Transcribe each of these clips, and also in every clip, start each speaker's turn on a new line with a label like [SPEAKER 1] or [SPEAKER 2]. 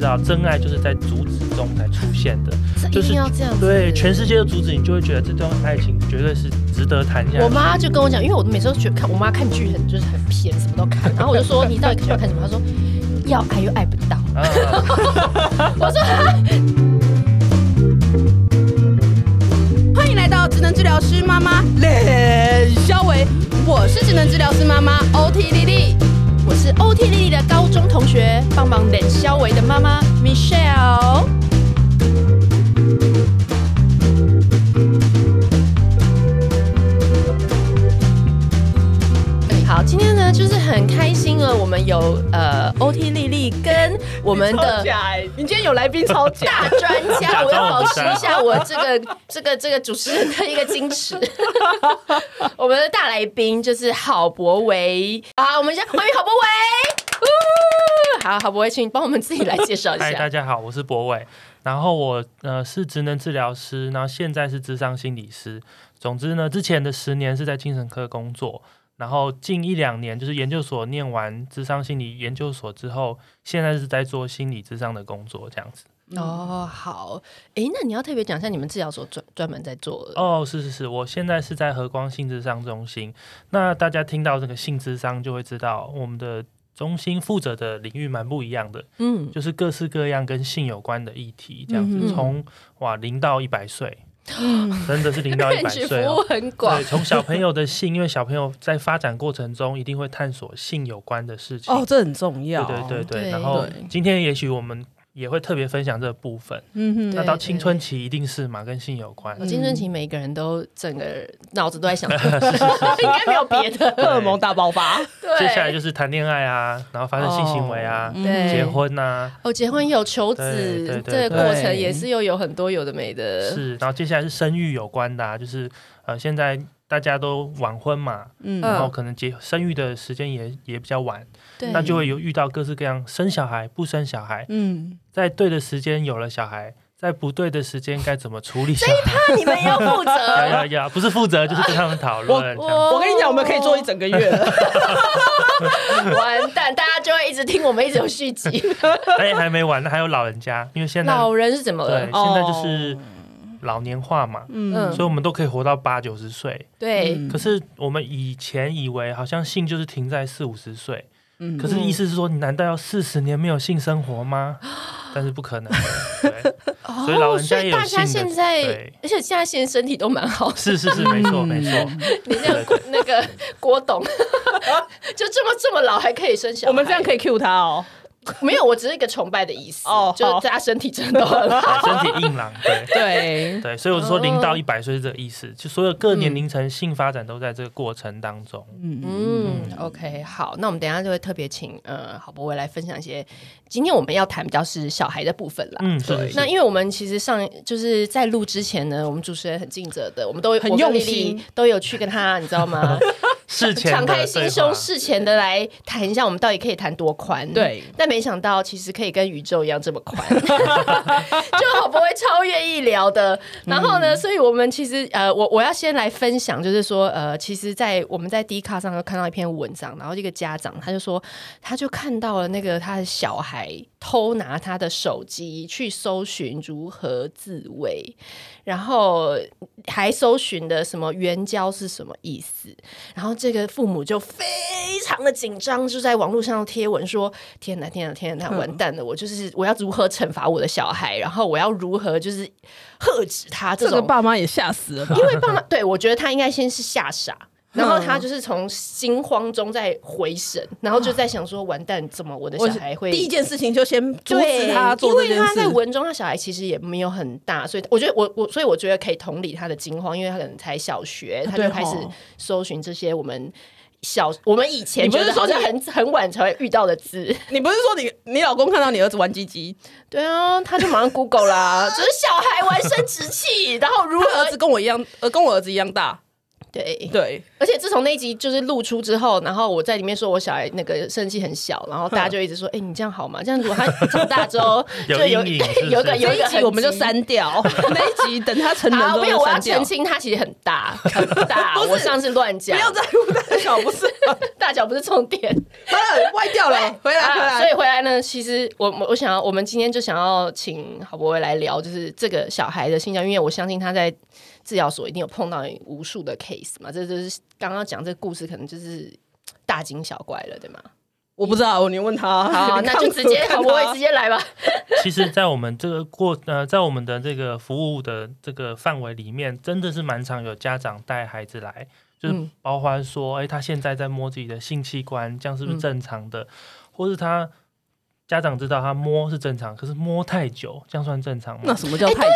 [SPEAKER 1] 道，真爱就是在阻止中才出现的。
[SPEAKER 2] 这一定要这样子。
[SPEAKER 1] 对，全世界的阻止，你就会觉得这段爱情绝对是值得谈下去。
[SPEAKER 2] 我妈就跟我讲，因为我每次都觉得看我妈看剧很就是很偏，什么都看。然后我就说你到底喜欢看什么？她说要爱又爱不到。
[SPEAKER 1] 啊，
[SPEAKER 2] 我说
[SPEAKER 3] 欢迎来到职能治疗师 妈妈冷肖维，我是职能治疗师妈妈 OT 丽丽。
[SPEAKER 2] 我是 OT 丽丽的高中同学，帮忙冷肖维的妈妈 Michelle。好，哎今天呢就是很开心了，我们有呃 OT 丽丽跟我们的
[SPEAKER 3] 你今天有来宾超假，
[SPEAKER 2] 大专家，
[SPEAKER 1] 欸 假装
[SPEAKER 2] 我要保持
[SPEAKER 1] 我
[SPEAKER 2] 一
[SPEAKER 1] 不
[SPEAKER 2] 下我这个这个这个主持人的一个矜持。我们的大来宾就是郝博维，啊好，我们先欢迎郝博维。呼好，郝博维，请你帮我们自己来介绍一
[SPEAKER 1] 嗨，
[SPEAKER 2] 下
[SPEAKER 1] 大。家好，我是博伟，然后我呃是职能治疗师，然后现在是智商心理师。总之呢，之前的十年是在精神科工作，然后近一两年就是研究所念完智商心理研究所之后，现在是在做心理智商的工作这样子。
[SPEAKER 2] 哦，好，哎，那你要特别讲一下你们治疗所专专门在做的
[SPEAKER 1] 哦，是是是，我现在是在和光性智商中心。那大家听到这个性智商，就会知道我们的中心负责的领域蛮不一样的，
[SPEAKER 2] 嗯，
[SPEAKER 1] 就是各式各样跟性有关的议题，这样
[SPEAKER 2] 嗯
[SPEAKER 1] 子
[SPEAKER 2] 哼
[SPEAKER 1] 从哇零到一百岁，真的是零到一 百
[SPEAKER 2] 取服
[SPEAKER 1] 岁
[SPEAKER 2] 务
[SPEAKER 1] 哦。
[SPEAKER 2] 很广
[SPEAKER 1] 对，。从小朋友 的性，因为小朋友在发展过程中一定会探索性有关的事情。
[SPEAKER 3] 哦，这很重要。
[SPEAKER 1] 对对对对。
[SPEAKER 2] 对
[SPEAKER 1] 然后
[SPEAKER 3] 对
[SPEAKER 1] 今天也许我们也会特别分享这部分。
[SPEAKER 3] 嗯
[SPEAKER 1] 那
[SPEAKER 2] 对
[SPEAKER 1] 到青春期一定是嘛，跟性有 关。
[SPEAKER 2] 青春期每个人都整个脑子都在想， 应该没有别的。
[SPEAKER 3] 荷尔蒙大爆发，
[SPEAKER 2] 对，
[SPEAKER 1] 接下来就是谈恋爱啊，然后发生性行为啊，
[SPEAKER 3] 哦
[SPEAKER 2] 对
[SPEAKER 1] 结婚啊呐、
[SPEAKER 2] 哦，结婚有求
[SPEAKER 1] 对
[SPEAKER 2] 子
[SPEAKER 1] 对，
[SPEAKER 2] 这
[SPEAKER 1] 对
[SPEAKER 2] 个过
[SPEAKER 3] 对
[SPEAKER 2] 程也是又有很多有的没的。
[SPEAKER 1] 是，然后接下来是生育有关的、啊，就是呃，现在大家都晚婚嘛，
[SPEAKER 3] 嗯
[SPEAKER 1] 然后可能结生育的时间也也比较晚，
[SPEAKER 2] 对，
[SPEAKER 1] 那就会有遇到各式各样生小孩、不生小孩，
[SPEAKER 3] 嗯，
[SPEAKER 1] 在对的时间有了小孩，在不对的时间该怎么处理小孩？
[SPEAKER 2] 那你们要负
[SPEAKER 1] 要
[SPEAKER 2] 责。
[SPEAKER 1] 要要，不是负责就是跟他们讨论，这样
[SPEAKER 2] 我
[SPEAKER 3] 我跟你讲，我们可以做一整个月了。
[SPEAKER 2] 完蛋，大家就会一直听我们一直有续集。
[SPEAKER 1] 哎还没完，还有老人家，因为现在
[SPEAKER 2] 老人是怎么
[SPEAKER 1] 对
[SPEAKER 2] 了？哦
[SPEAKER 1] 现在就是老年化嘛，
[SPEAKER 2] 嗯
[SPEAKER 1] 所以我们都可以活到八九十岁。
[SPEAKER 2] 对
[SPEAKER 3] 嗯
[SPEAKER 1] 可是我们以前以为好像性就是停在四五十岁，
[SPEAKER 3] 嗯
[SPEAKER 1] 可是意思是说，你难道要四十年没有性生活吗？但是不可能 的，
[SPEAKER 2] 嗯哦
[SPEAKER 1] 所以老人家
[SPEAKER 2] 所
[SPEAKER 1] 也
[SPEAKER 2] 以
[SPEAKER 1] 有
[SPEAKER 2] 大家
[SPEAKER 1] 性
[SPEAKER 2] 现
[SPEAKER 1] 的
[SPEAKER 2] 在
[SPEAKER 1] 对，
[SPEAKER 2] 而且现在现在身体都蛮好的。
[SPEAKER 1] 是是是，没错没错，
[SPEAKER 2] 你那个那 个郭董， 就这么这么老还可以生小孩？
[SPEAKER 3] 我们这样可以 cue 他哦。
[SPEAKER 2] 没有？我只是一个崇拜的意思。
[SPEAKER 3] 哦
[SPEAKER 2] 就是
[SPEAKER 3] 好
[SPEAKER 2] 大家身体真的都很 好。
[SPEAKER 1] 对身体硬朗，对
[SPEAKER 3] 对，
[SPEAKER 1] 对，所以我
[SPEAKER 2] 哦
[SPEAKER 1] 说零到一百岁是这个意思，就所有各年龄层性发展都在这个过程当中。
[SPEAKER 2] 嗯，OK，好，那我们等一下就会特别请呃郝博伟来分享一些，今天我们要谈比较是小孩的部分啦。
[SPEAKER 1] 嗯，是
[SPEAKER 3] 对
[SPEAKER 1] 是
[SPEAKER 2] 那
[SPEAKER 1] 是，
[SPEAKER 2] 因为我们其实上就是在录之前呢，我们主持人很尽责的，我们都
[SPEAKER 3] 很
[SPEAKER 2] 我跟
[SPEAKER 3] 用
[SPEAKER 2] 丽丽
[SPEAKER 3] 心
[SPEAKER 2] 都有去跟他，你知道吗？
[SPEAKER 1] 事前
[SPEAKER 2] 敞
[SPEAKER 1] 的
[SPEAKER 2] 开心
[SPEAKER 1] 对
[SPEAKER 2] 胸，
[SPEAKER 1] 话
[SPEAKER 2] 事前的来谈一下，我们到底可以谈多宽？
[SPEAKER 3] 对。
[SPEAKER 2] 但没想到，其实可以跟宇宙一样这么宽， 就好不会超愿意聊的。然后
[SPEAKER 1] 嗯
[SPEAKER 2] 呢，所以我们其实呃，我我要先来分享，就是说呃，其实在，我们在 D 卡上就看到一篇文章，然后一个家长他就说，他就看到了那个他的小孩偷拿他的手机去搜寻如何自慰，然后还搜寻的什么援交是什么意思，然后这个父母就非常的紧张，就在网络上贴文说：“天哪，天哪，天
[SPEAKER 3] 嗯
[SPEAKER 2] 哪，完蛋了！我就是我要如何惩罚我的小孩，然后我要如何就是呵止他这
[SPEAKER 3] 这个
[SPEAKER 2] 种。
[SPEAKER 3] 爸嗯妈也吓死了吧？
[SPEAKER 2] 因为爸妈对我觉得他应该先是吓 傻。然后他就是从惊慌中再回神，然后就在想说：完蛋，怎么我的小孩会
[SPEAKER 3] 第一件事情就先阻
[SPEAKER 2] 对，
[SPEAKER 3] 止他做这
[SPEAKER 2] 因
[SPEAKER 3] 件
[SPEAKER 2] 为他在
[SPEAKER 3] 事。
[SPEAKER 2] 文中，他小孩其实也没有很大，所以我觉得我我所以我觉得可以同理他的惊慌，因为他可能才小学，他
[SPEAKER 3] 对
[SPEAKER 2] 就
[SPEAKER 3] 吼
[SPEAKER 2] 开始搜寻这些我们小 我们以前
[SPEAKER 3] 你不
[SPEAKER 2] 觉
[SPEAKER 3] 是
[SPEAKER 2] 得好像
[SPEAKER 3] 说
[SPEAKER 2] 很很晚才会遇到的字。
[SPEAKER 3] 你不是说你你老公看到你儿子玩鸡鸡，
[SPEAKER 2] 对啊，他就马上 Google 啦，只是小孩玩生殖器，然后如
[SPEAKER 3] 他儿
[SPEAKER 2] 何
[SPEAKER 3] 呃子跟我一样，呃，跟我儿子一样大，
[SPEAKER 2] 对，
[SPEAKER 3] 对，
[SPEAKER 2] 而且自从那一集就是露出之后，然后我在里面说我小孩那个生气很小，然后大家就一直说：“哎、你这样好吗？这样如果他长大之后
[SPEAKER 1] 有
[SPEAKER 2] 就有
[SPEAKER 1] 阴影是不是
[SPEAKER 2] 有一 个有
[SPEAKER 3] 有
[SPEAKER 2] 一
[SPEAKER 3] 一
[SPEAKER 2] 个
[SPEAKER 3] 集我们就
[SPEAKER 2] 痕迹
[SPEAKER 3] 删掉， 那一集等他成人之
[SPEAKER 2] 啊，
[SPEAKER 3] 后
[SPEAKER 2] 没
[SPEAKER 3] 就
[SPEAKER 2] 有，我要
[SPEAKER 3] 删掉
[SPEAKER 2] 澄。清，他其实很大很大。
[SPEAKER 3] 不是
[SPEAKER 2] 我上次乱
[SPEAKER 3] 不
[SPEAKER 2] 讲，
[SPEAKER 3] 要在乎大 小，不是？
[SPEAKER 2] 大小不是重点。
[SPEAKER 3] 好了，歪掉了，回来 回
[SPEAKER 2] 啊，所
[SPEAKER 3] 来
[SPEAKER 2] 以。回来呢，其实我我我想要，我们今天就想要请郝博威来聊，就是这个小孩的性教育，因为我相信他在治疗所一定有碰到无数的 case 嘛，这就是刚刚讲这个故事，可能就是大惊小怪了，对吗？
[SPEAKER 3] 我不知道，你问他。
[SPEAKER 2] 好，啊
[SPEAKER 3] 你
[SPEAKER 2] 那
[SPEAKER 3] 看
[SPEAKER 2] 就直接
[SPEAKER 3] 我看
[SPEAKER 2] 郝博威
[SPEAKER 3] 他
[SPEAKER 2] 直接来吧。
[SPEAKER 1] 其实，在我们这个过呃，在我们的这个服务的这个范围里面，真的是蛮常有家长带孩子来，就是
[SPEAKER 2] 嗯
[SPEAKER 1] 包括说，哎、他现在在摸自己的性器官，这样是不是
[SPEAKER 2] 嗯
[SPEAKER 1] 正常的？或是他家长知道他摸是正常，可是摸太久，这样算正常
[SPEAKER 3] 那
[SPEAKER 1] 吗？
[SPEAKER 3] 什么叫太久？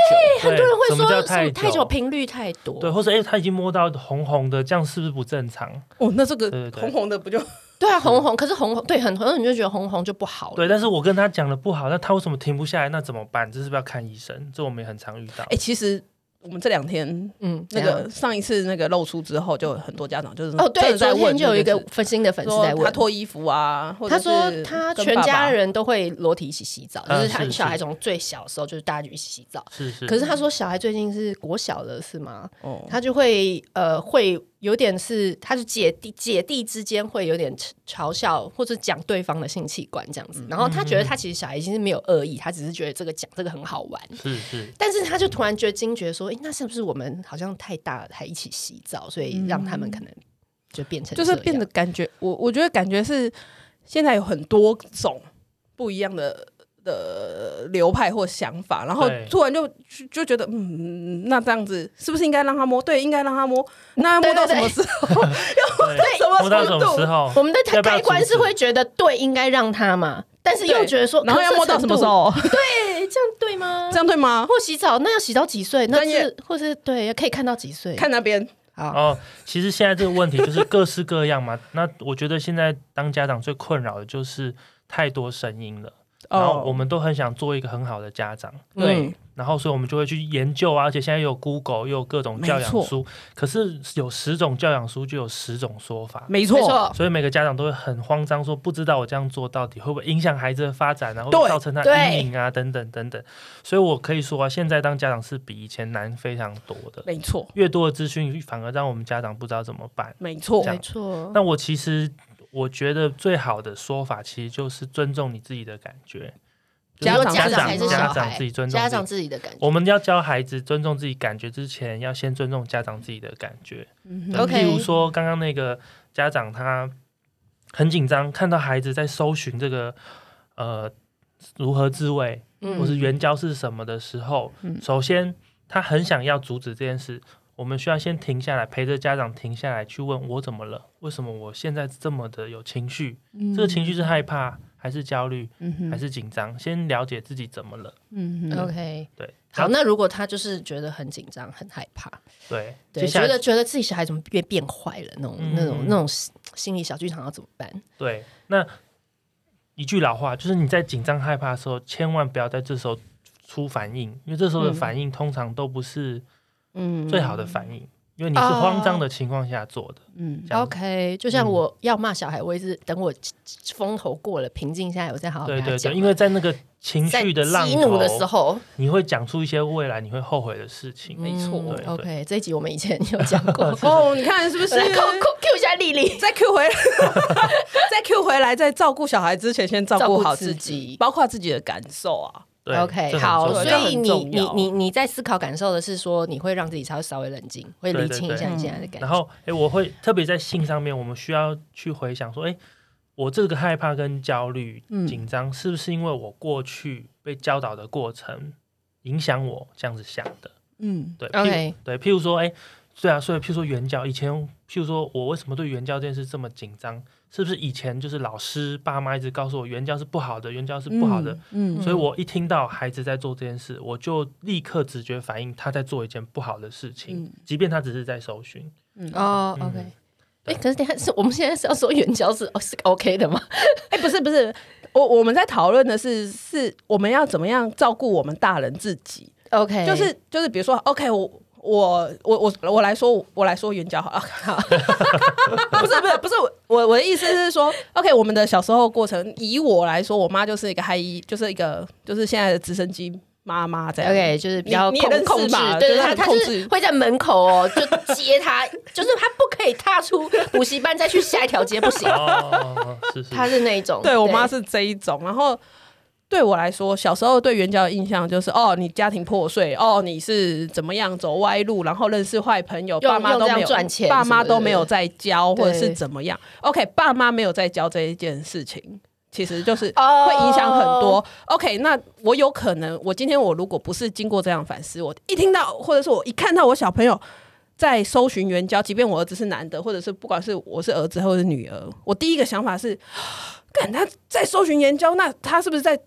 [SPEAKER 1] 对，
[SPEAKER 2] 很多人会
[SPEAKER 1] 什么叫
[SPEAKER 2] 说
[SPEAKER 1] 太
[SPEAKER 2] 是太久频率太多，
[SPEAKER 1] 对，或者哎、他已经摸到红红的，这样是不是不正常？
[SPEAKER 3] 哦，那这
[SPEAKER 1] 对对
[SPEAKER 3] 个
[SPEAKER 1] 对
[SPEAKER 3] 红红的不就
[SPEAKER 2] 对啊，红红，可是红红对很多人就觉得红红就不好了，
[SPEAKER 1] 对，但是我跟他讲的不好，那他为什么停不下来？那怎么办？这是不是要看医生？这我们也很常遇到。
[SPEAKER 3] 哎、其实我们这两天
[SPEAKER 2] 嗯，
[SPEAKER 3] 那
[SPEAKER 2] 怎样
[SPEAKER 3] 个上一次那个露出之后，就有很多家长就是
[SPEAKER 2] 哦，
[SPEAKER 3] 嗯真
[SPEAKER 2] 对，
[SPEAKER 3] 的在
[SPEAKER 2] 昨天
[SPEAKER 3] 问，
[SPEAKER 2] 就有一个粉新的粉丝在
[SPEAKER 3] 说他
[SPEAKER 2] 问。
[SPEAKER 3] 脱衣服啊，或者
[SPEAKER 2] 他
[SPEAKER 3] 是
[SPEAKER 2] 说他
[SPEAKER 3] 跟
[SPEAKER 2] 全
[SPEAKER 3] 爸爸
[SPEAKER 2] 家人都会裸体一起洗澡，就
[SPEAKER 1] 嗯
[SPEAKER 2] 是他
[SPEAKER 1] 是
[SPEAKER 2] 小孩
[SPEAKER 1] 是
[SPEAKER 2] 从最小的时候就是大家就一起洗澡。
[SPEAKER 1] 是
[SPEAKER 3] 嗯
[SPEAKER 1] 是，
[SPEAKER 2] 可是他说小孩最近是国小了，是吗？
[SPEAKER 3] 哦，
[SPEAKER 2] 他就会呃会有点是，他是姐弟姐弟之间会有点嘲嘲笑或者讲对方的性器官这
[SPEAKER 3] 嗯
[SPEAKER 2] 样子。然后他觉得他其实小孩已经是没有恶意，他只是觉得这个讲这个很好玩。
[SPEAKER 1] 是 是，
[SPEAKER 2] 但是他就突然觉得惊觉说，诶，那是不是我们好像太大了，还一起洗澡，所以让他们可能就变成
[SPEAKER 3] 嗯就是
[SPEAKER 2] 这样
[SPEAKER 3] 变得感觉，我我觉得感觉是现在有很多种不一样的的流派或想法，然后
[SPEAKER 1] 对
[SPEAKER 3] 突然就就就觉得，嗯，那这样子是不是应该让他摸？对，应该让他摸，那要摸到
[SPEAKER 2] 对
[SPEAKER 3] 什
[SPEAKER 2] 对
[SPEAKER 3] 么
[SPEAKER 2] 对
[SPEAKER 3] 时候？
[SPEAKER 1] 对，
[SPEAKER 3] 要摸
[SPEAKER 1] 摸到
[SPEAKER 3] 到什
[SPEAKER 1] 什
[SPEAKER 3] 么程
[SPEAKER 1] 么时
[SPEAKER 3] 度？
[SPEAKER 1] 候？
[SPEAKER 2] 我们的
[SPEAKER 1] 要不要
[SPEAKER 2] 开关
[SPEAKER 1] 阻止
[SPEAKER 2] 是会觉得对，应该让他嘛，但是又
[SPEAKER 3] 对
[SPEAKER 2] 觉得说，
[SPEAKER 3] 然后
[SPEAKER 2] 可
[SPEAKER 3] 要
[SPEAKER 2] 是
[SPEAKER 3] 摸到什么时
[SPEAKER 2] 程度？
[SPEAKER 3] 候？
[SPEAKER 2] 对，这样对吗
[SPEAKER 3] 这？样对吗？
[SPEAKER 2] 或洗澡，那要洗到几岁？那
[SPEAKER 3] 专业
[SPEAKER 2] 是或是对，可以看到几岁？
[SPEAKER 3] 看那边，
[SPEAKER 2] 好，
[SPEAKER 1] 哦，其实现在这个问题就是各式各样嘛。 那我觉得现在当家长最困扰的就是太多声音了，然后我们都很想做一个很好的家长，
[SPEAKER 3] 哦对。
[SPEAKER 1] 然后所以我们就会去研究啊，而且现在又有 Google 又有各种教
[SPEAKER 3] 没
[SPEAKER 1] 养
[SPEAKER 3] 错
[SPEAKER 1] 书，可是有十种教养书就有十种说法。
[SPEAKER 3] 没
[SPEAKER 2] 没
[SPEAKER 3] 错，
[SPEAKER 2] 错，
[SPEAKER 1] 所以每个家长都会很慌张，说不知道我这样做到底会不会影响孩子的发展啊，会不会
[SPEAKER 3] 对
[SPEAKER 1] 造成他
[SPEAKER 2] 对
[SPEAKER 1] 阴影啊，等等等等。所以我可以说啊，现在当家长是比以前难非常多的，
[SPEAKER 3] 没错，
[SPEAKER 1] 越多的资讯反而让我们家长不知道怎么办。
[SPEAKER 3] 没错
[SPEAKER 1] 这，样
[SPEAKER 2] 没错。
[SPEAKER 1] 那我其实我觉得最好的说法，其实就是尊重你自己的感觉。
[SPEAKER 2] 只
[SPEAKER 1] 就是
[SPEAKER 2] 要
[SPEAKER 3] 家长
[SPEAKER 2] 家
[SPEAKER 3] 长
[SPEAKER 2] 还是
[SPEAKER 3] 吗
[SPEAKER 1] 家
[SPEAKER 2] 小
[SPEAKER 1] 长
[SPEAKER 2] 孩
[SPEAKER 1] 自己尊重自己
[SPEAKER 2] 家长自己的感觉。
[SPEAKER 1] 我们要教孩子尊重自己感觉之前，要先尊重家长自己的感觉。
[SPEAKER 3] 嗯
[SPEAKER 1] 对
[SPEAKER 2] OK
[SPEAKER 1] 譬如说刚刚那个家长他很紧张，看到孩子在搜寻这个呃如何自慰
[SPEAKER 2] 嗯
[SPEAKER 1] 或是援交是什么的时候，首先他很想要阻止这件事。我们需要先停下来，陪着家长停下来，去问我怎么了？为什么我现在这么的有情绪？这个情
[SPEAKER 2] 嗯
[SPEAKER 1] 绪是害怕，还是焦虑，还是紧张？先了解自己怎么了。
[SPEAKER 3] 嗯
[SPEAKER 2] OK，
[SPEAKER 1] 对，
[SPEAKER 2] 好，那如果他就是觉得很紧张、很害怕，
[SPEAKER 1] 对，接
[SPEAKER 2] 对，
[SPEAKER 1] 下
[SPEAKER 2] 觉
[SPEAKER 1] 来
[SPEAKER 2] 得觉得自己小孩怎么变变坏了，那种
[SPEAKER 1] 嗯
[SPEAKER 2] 那种那种心理小剧场要怎么办？
[SPEAKER 1] 对，那一句老话就是你在紧张害怕的时候，千万不要在这时候出反应，因为这时
[SPEAKER 2] 嗯
[SPEAKER 1] 候的反应通常都不是
[SPEAKER 3] 嗯
[SPEAKER 1] 最好的反应，因为你是慌张的情况下做的。
[SPEAKER 3] 嗯，
[SPEAKER 1] 这样子
[SPEAKER 2] OK，就像我要骂小孩，我也是等我风头过了，平静下来，我再好好
[SPEAKER 1] 对
[SPEAKER 2] 哦跟他
[SPEAKER 1] 对
[SPEAKER 2] 讲
[SPEAKER 1] 对，
[SPEAKER 2] 嘛。
[SPEAKER 1] 因为在那个情
[SPEAKER 2] 在
[SPEAKER 1] 绪的浪
[SPEAKER 2] 激怒的时
[SPEAKER 1] 头，
[SPEAKER 2] 候，
[SPEAKER 1] 你会讲出一些未来你会后悔的事情。
[SPEAKER 3] 嗯没错
[SPEAKER 1] 对对。
[SPEAKER 2] OK，这一集我们以前有讲 过
[SPEAKER 1] 是
[SPEAKER 3] 哦，你看是不 是？
[SPEAKER 2] 来扣 扣 Q 一下丽丽，
[SPEAKER 3] 再 Q 回来， 再 Q 回来，在照顾小孩之前，先照顾好自
[SPEAKER 2] 照顾自己
[SPEAKER 3] 己，包括自己的感受啊。
[SPEAKER 1] 对
[SPEAKER 2] OK，
[SPEAKER 1] 这很
[SPEAKER 2] 好，
[SPEAKER 1] 重要
[SPEAKER 2] 所
[SPEAKER 3] 这
[SPEAKER 2] 以
[SPEAKER 3] 很
[SPEAKER 2] 你
[SPEAKER 3] 重
[SPEAKER 2] 你
[SPEAKER 3] 要
[SPEAKER 2] 你你在思考感受的是说，你会让自己稍微稍微冷静，会
[SPEAKER 1] 对
[SPEAKER 2] 理
[SPEAKER 1] 对
[SPEAKER 2] 清一
[SPEAKER 1] 对
[SPEAKER 2] 下你现在的感
[SPEAKER 1] 然
[SPEAKER 2] 觉。
[SPEAKER 1] 后，哎，我会特别在性上面，我们需要去回想说，哎，我这个害怕跟焦虑、
[SPEAKER 2] 嗯
[SPEAKER 1] 紧张，是不是因为我过去被教导的过程影响我这样子想的？
[SPEAKER 3] 嗯，
[SPEAKER 1] 对
[SPEAKER 2] OK
[SPEAKER 1] 譬如对，譬如说，哎，对啊，所以譬如说援交，以前譬如说我为什么对援交这件事这么紧张？是不是以前就是老师、爸妈一直告诉我援交是不好的，援交是不好的？
[SPEAKER 3] 嗯，
[SPEAKER 1] 所以我一听到孩子在做这件事，我就立刻直觉反应他在做一件不好的事情，
[SPEAKER 3] 嗯
[SPEAKER 1] 即便他只是在搜寻。
[SPEAKER 2] 哦
[SPEAKER 1] 嗯
[SPEAKER 2] ，OK。哎，可是等一下是我们现在是要说援交是哦是 OK 的吗？
[SPEAKER 3] 哎、不是不是，我我们在讨论的是，是我们要怎么样照顾我们大人自己，
[SPEAKER 2] OK，
[SPEAKER 3] 就是就是，比如说，OK，我我我我我来说，我来说援交好了，好 不是不是不是我我的意思是说，OK，我们的小时候过程，以我来说，我妈就是一个嗨一，就是一个就是现在的直升机妈妈
[SPEAKER 1] 啊
[SPEAKER 3] 这样。
[SPEAKER 2] OK，就是比较
[SPEAKER 3] 你你也
[SPEAKER 2] 控控
[SPEAKER 3] 认识
[SPEAKER 2] 制
[SPEAKER 3] 吧，
[SPEAKER 2] 对对，
[SPEAKER 3] 就是
[SPEAKER 2] 他
[SPEAKER 3] 很
[SPEAKER 2] 他
[SPEAKER 3] 控
[SPEAKER 2] 就是
[SPEAKER 3] 制
[SPEAKER 2] 会在门口哦，就接他， 就是他不可以踏出补习班再去下一条街，不行，
[SPEAKER 1] 哦， 是是，
[SPEAKER 2] 他是那一种。
[SPEAKER 3] 对我妈是这一种，然后对我来说，小时候对援交的印象就是哦，你家庭破碎，哦，你是怎么样走歪路，然后认识坏朋友，
[SPEAKER 2] 用
[SPEAKER 3] 爸妈
[SPEAKER 2] 用
[SPEAKER 3] 都
[SPEAKER 2] 这
[SPEAKER 3] 没
[SPEAKER 2] 样
[SPEAKER 3] 有
[SPEAKER 2] 赚钱
[SPEAKER 3] 爸
[SPEAKER 2] 什么
[SPEAKER 3] 妈
[SPEAKER 2] 的
[SPEAKER 3] 都没有在教，
[SPEAKER 2] 对
[SPEAKER 3] 或者是怎么样。OK，爸妈没有在教这一件事情。其实就是
[SPEAKER 2] 哦
[SPEAKER 3] 会影响很多。OK，那我有可能，我今天我如果不是经过这样反思，我一听到或者是我一看到我小朋友在搜寻援交，即便我儿子是男的，或者是不管是我是儿子或者是女儿，我第一个想法是，干他在搜寻援交，那他是不是在？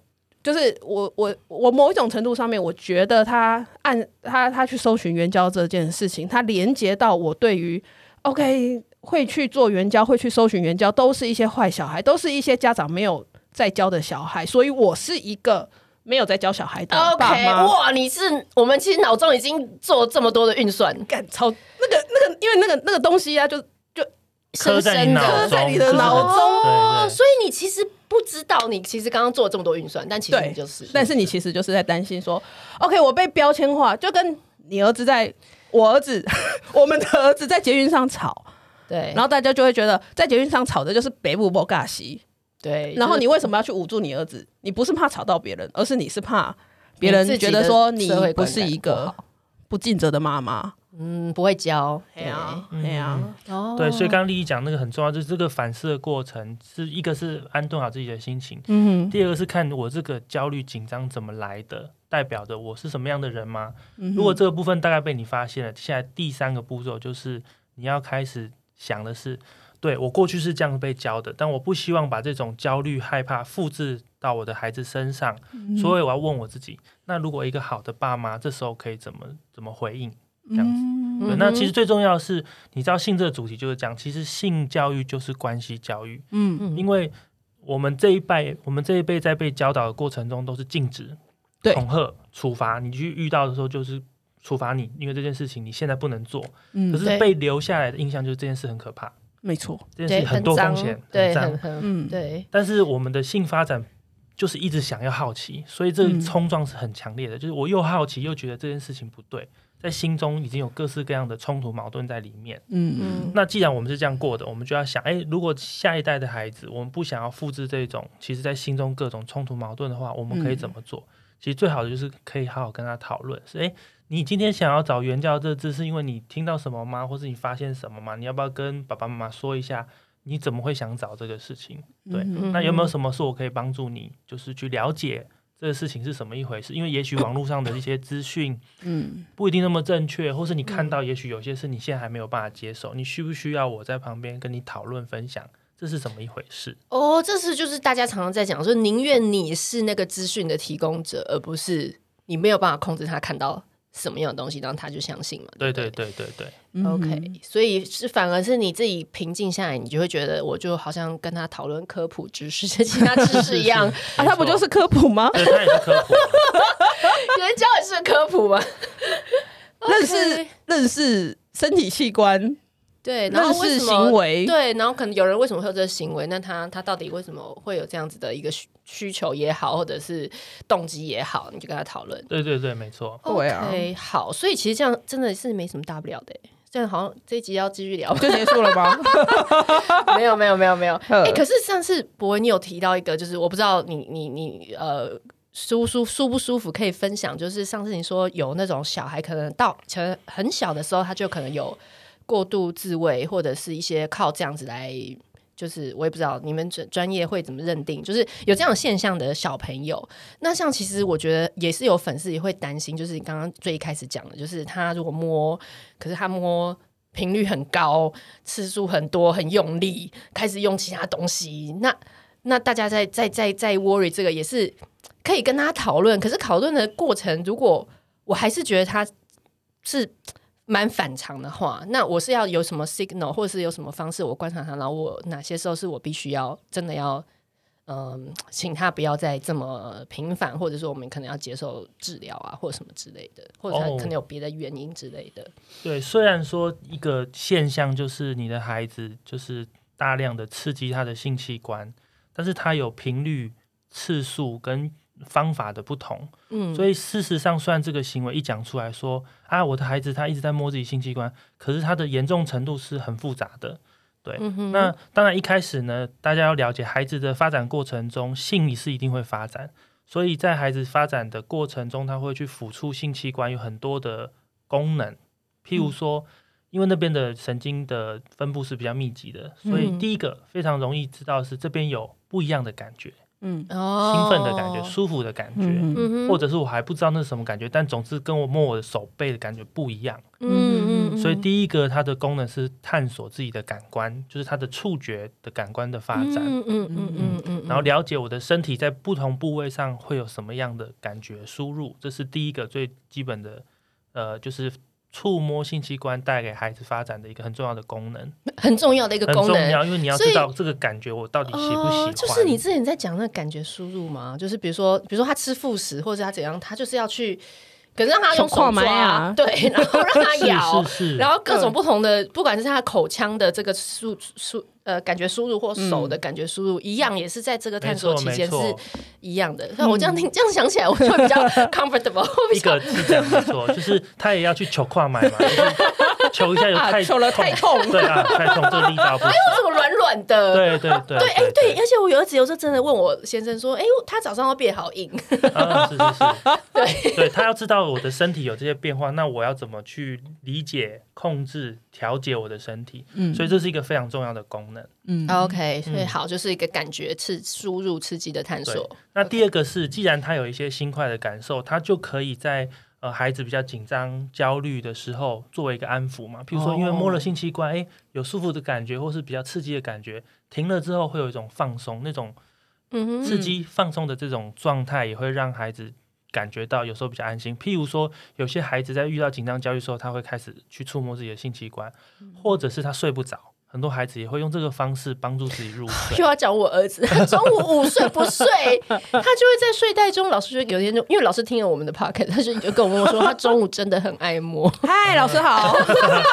[SPEAKER 3] 就是我我我某一种程度上面，我觉得他按他他去搜寻援交这件事情，他连接到我对于 OK 会去做援交，会去搜寻援交，都是一些坏小孩，都是一些家长没有在教的小孩，所以我是一个没有在教小孩的爸
[SPEAKER 2] OK，
[SPEAKER 3] 妈。
[SPEAKER 2] 哇，你是我们其实脑中已经做这么多的运算，
[SPEAKER 3] 干超那个那个，因为那个那个东西啊，就
[SPEAKER 1] 刻
[SPEAKER 2] 深
[SPEAKER 1] 在你
[SPEAKER 2] 深
[SPEAKER 1] 脑
[SPEAKER 3] 刻
[SPEAKER 1] 中，
[SPEAKER 3] 在你的
[SPEAKER 1] 是是
[SPEAKER 3] 脑中
[SPEAKER 2] 哦，
[SPEAKER 1] 对对
[SPEAKER 2] 所以你其实不知道，你其实刚刚做了这么多运算，但其实
[SPEAKER 3] 对
[SPEAKER 2] 你就是，
[SPEAKER 3] 但是你其实就是在担心说，OK，我被标签化，就跟你儿子在我儿子 我们的儿子在捷运上吵，
[SPEAKER 2] 对，
[SPEAKER 3] 然后大家就会觉得在捷运上吵的就是北部波尬西，
[SPEAKER 2] 对，
[SPEAKER 3] 然后
[SPEAKER 2] 就是
[SPEAKER 3] 你为什么要去捂住你儿子？你不是怕吵到别人，而是你是怕别
[SPEAKER 2] 你
[SPEAKER 3] 人
[SPEAKER 2] 自己
[SPEAKER 3] 觉得
[SPEAKER 2] 的
[SPEAKER 3] 说
[SPEAKER 2] 社
[SPEAKER 3] 你
[SPEAKER 2] 会
[SPEAKER 3] 不
[SPEAKER 2] 观
[SPEAKER 3] 是
[SPEAKER 2] 感
[SPEAKER 3] 一
[SPEAKER 2] 不
[SPEAKER 3] 个
[SPEAKER 2] 好
[SPEAKER 3] 不尽责的妈妈。
[SPEAKER 2] 嗯不会教，
[SPEAKER 3] 哎呀，
[SPEAKER 2] 嗯
[SPEAKER 3] 哎呀，
[SPEAKER 2] 对，哦
[SPEAKER 1] 对，所以刚刚丽丽讲那个很重要，就是这个反思的过程，是一个是安顿好自己的心情，
[SPEAKER 3] 嗯
[SPEAKER 1] 第二个是看我这个焦虑紧张怎么来的，代表着我是什么样的人吗？
[SPEAKER 3] 嗯哼，
[SPEAKER 1] 如果这个部分大概被你发现了，现在第三个步骤就是你要开始想的是，对我过去是这样被教的，但我不希望把这种焦虑、害怕复制到我的孩子身上，
[SPEAKER 3] 嗯
[SPEAKER 1] 所以我要问我自己，那如果一个好的爸妈，这时候可以怎么怎么回应？这样子
[SPEAKER 3] 子
[SPEAKER 1] 对，
[SPEAKER 2] 嗯
[SPEAKER 1] 那
[SPEAKER 2] 哼
[SPEAKER 1] 其实最重要的是，你知道性这个主题就是这样，其实性教育就是关系教育，
[SPEAKER 3] 嗯，
[SPEAKER 1] 因为我们这一辈，我们这一辈在被教导的过程中都是禁止、
[SPEAKER 3] 对
[SPEAKER 1] 恐吓、处罚，你去遇到的时候就是处罚你，因为这件事情你现在不能做，可
[SPEAKER 3] 嗯，
[SPEAKER 1] 是被留下来的印象就是这件事很可怕，
[SPEAKER 3] 没错，
[SPEAKER 1] 这件
[SPEAKER 2] 对
[SPEAKER 1] 事很多
[SPEAKER 2] 脏
[SPEAKER 1] 风险，
[SPEAKER 2] 对，
[SPEAKER 1] 很脏
[SPEAKER 2] 很很
[SPEAKER 3] 嗯，
[SPEAKER 2] 对，
[SPEAKER 1] 但是我们的性发展就是一直想要好奇，所以这个
[SPEAKER 3] 嗯
[SPEAKER 1] 冲撞是很强烈的。就是我又好奇，又觉得这件事情不对，在心中已经有各式各样的冲突矛盾在里面。
[SPEAKER 3] 嗯
[SPEAKER 2] 嗯，
[SPEAKER 1] 那既然我们是这样过的，我们就要想，哎，如果下一代的孩子，我们不想要复制这种，其实在心中各种冲突矛盾的话，我们可以怎么做？其实最好的就是可以好好跟他讨论，是哎，你今天想要找援教这字，是因为你听到什么吗？或是你发现什么吗？你要不要跟爸爸妈妈说一下，你怎么会想找这个事情？对，
[SPEAKER 3] 嗯
[SPEAKER 1] 那有没有什么是我可以帮助你，就是去了解这个事情是什么一回事？因为也许网络上的一些资讯
[SPEAKER 3] 嗯
[SPEAKER 1] 不一定那么正确，或是你看到，也许有些事你现在还没有办法接受，你需不需要我在旁边跟你讨论分享这是怎么一回事？
[SPEAKER 2] 哦，这是就是大家常常在讲说，宁愿你是那个资讯的提供者，而不是你没有办法控制他看到什么样的东西，让他就相信嘛。
[SPEAKER 1] 对
[SPEAKER 2] 不
[SPEAKER 1] 对对对对，？
[SPEAKER 3] 嗯
[SPEAKER 2] OK，所以是反而是你自己平静下来，你就会觉得我就好像跟他讨论科普知识、其他知识一样，
[SPEAKER 3] 啊，他不就是是科普吗？
[SPEAKER 1] 对，他也是科普啊，
[SPEAKER 2] 人教也是科普嘛。
[SPEAKER 3] 认识
[SPEAKER 2] OK
[SPEAKER 3] 认识身体器官，
[SPEAKER 2] 对，然
[SPEAKER 3] 认
[SPEAKER 2] 后为
[SPEAKER 3] 识
[SPEAKER 2] 什
[SPEAKER 3] 行
[SPEAKER 2] 么？
[SPEAKER 3] 为，
[SPEAKER 2] 对，然后可能有人为什么会有这个行为？那他他到底为什么会有这样子的一个需需求也好，或者是动机也好，你就跟他讨论。
[SPEAKER 1] 对对对，没错。
[SPEAKER 3] 对啊，
[SPEAKER 2] OK，好，所以其实这样真的是没什么大不了的欸。这样好像这一集要继续聊
[SPEAKER 3] 就结束 了吗？
[SPEAKER 2] 没有没有没有没有。
[SPEAKER 3] 呃
[SPEAKER 2] 哎、可是上次博文你有提到一个，就是我不知道你你你呃舒舒舒不舒服，可以分享。就是上次你说有那种小孩，可能到可能很小的时候，他就可能有过度自慰，或者是一些靠这样子来。就是我也不知道你们专专业会怎么认定，就是有这样的现象的小朋友。那像其实我觉得也是有粉丝也会担心，就是你刚刚最一开始讲的，就是他如果摸，可是他摸频率很高，次数很多，很用力，开始用其他东西。那那大家在在在在 worry 这个也是可以跟他讨论，可是讨论的过程，如果我还是觉得他是蛮反常的话，那我是要有什么 signal，或者是有什么方式，我观察他，然后我哪些时候是我必须要真的要嗯，请他不要再这么频繁，或者说我们可能要接受治疗啊，或者什么之类的，或者他
[SPEAKER 1] 哦
[SPEAKER 2] 可能有别的原因之类的。
[SPEAKER 1] 对，虽然说一个现象就是你的孩子就是大量的刺激他的性器官，但是他有频率、次数跟方法的不同，
[SPEAKER 2] 嗯，
[SPEAKER 1] 所以事实上，虽然这个行为一讲出来说啊，我的孩子他一直在摸自己性器官，可是他的严重程度是很复杂的。对，
[SPEAKER 2] 嗯
[SPEAKER 1] 那当然一开始呢，大家要了解孩子的发展过程中，性也是一定会发展，所以在孩子发展的过程中，他会去抚触性器官有很多的功能，譬
[SPEAKER 2] 嗯
[SPEAKER 1] 如说，因为那边的神经的分布是比较密集的，所以
[SPEAKER 2] 嗯
[SPEAKER 1] 第一个非常容易知道是这边有不一样的感觉，
[SPEAKER 3] 嗯
[SPEAKER 2] 哦
[SPEAKER 1] 兴奋的感觉、舒服的感觉。
[SPEAKER 3] 嗯嗯
[SPEAKER 2] 嗯哼
[SPEAKER 1] 或者是我还不知道那是什么感觉，但总之跟我摸我的手背的感觉不一样。
[SPEAKER 2] 嗯嗯，
[SPEAKER 1] 所以第一个它的功能是探索自己的感官，就是它的触觉的感官的发展，
[SPEAKER 2] 嗯嗯嗯嗯嗯，
[SPEAKER 1] 然后了解我的身体在不同部位上会有什么样的感觉输入，这是第一个最基本的，呃，就是触摸性器官带给孩子发展的一个很重要的功能，
[SPEAKER 2] 很重要的一个
[SPEAKER 1] 很
[SPEAKER 2] 功
[SPEAKER 1] 重
[SPEAKER 2] 能。
[SPEAKER 1] 要，因为你要
[SPEAKER 2] 所以哦
[SPEAKER 1] 知道这个感觉我到底喜不喜欢。
[SPEAKER 2] 就是你之前在讲那个感觉输入嘛，就是比如说，比如说他吃副食或者他怎样，他就是要去，可是让他用手
[SPEAKER 3] 手
[SPEAKER 2] 抓，
[SPEAKER 3] 跨 埋啊
[SPEAKER 2] 对，然后让他咬，
[SPEAKER 1] 是是是，
[SPEAKER 2] 然后各种不同的，不管是他的口腔的这个输输呃感觉输入或手的感觉输入，一样也是在这个探
[SPEAKER 1] 没
[SPEAKER 2] 索
[SPEAKER 1] 错
[SPEAKER 2] 期
[SPEAKER 1] 没
[SPEAKER 2] 间是
[SPEAKER 1] 错，
[SPEAKER 2] 一样的。那我这样听这样想起来，我就会比较 comfortable，会 比
[SPEAKER 1] 一
[SPEAKER 2] 较
[SPEAKER 1] 个是这样没错，就是他也要去求跨买 嘛，就是求一下有
[SPEAKER 3] 啊，
[SPEAKER 1] 太
[SPEAKER 3] 手了太痛，
[SPEAKER 1] 对啊，太痛就力道不行，
[SPEAKER 2] 怎么软软的。
[SPEAKER 1] 对对对
[SPEAKER 2] 对，哎，对，，而且我有一次有时候真的问我先生说，哎，他早上都变好硬，
[SPEAKER 1] 啊是是 是，对，对他要知道我的身体有这些变化，那我要怎么去理解、控制、调节我的身体？
[SPEAKER 3] 嗯
[SPEAKER 1] 所以这是一个非常重要的功能。
[SPEAKER 3] 嗯
[SPEAKER 2] OK，所以
[SPEAKER 1] 嗯
[SPEAKER 2] 好，就是一个感觉刺输入刺激的探索
[SPEAKER 1] 对。那第二个是，既然他有一些心快的感受，他就可以在呃孩子比较紧张、焦虑的时候作为一个安抚嘛。比如说，因为摸了性器官，哎、有舒服的感觉，或是比较刺激的感觉，停了之后会有一种放松，那种
[SPEAKER 2] 嗯哼，
[SPEAKER 1] 刺激放松的这种状态，也会让孩子感觉到有时候比较安心。譬如说，有些孩子在遇到紧张、焦虑的时候，他会开始去触摸自己的性器官，或者是他睡不着。很多孩子也会用这个方式帮助自己入
[SPEAKER 2] 又
[SPEAKER 1] 睡。
[SPEAKER 2] 要讲我儿子，他中午午睡不睡， 他就会在睡袋中，老师就有一天就因为老师听了我们的 p o c k e t 他就就跟我们说，他中午真的很 爱摸。
[SPEAKER 3] 嗨，老师好，
[SPEAKER 1] 对对对，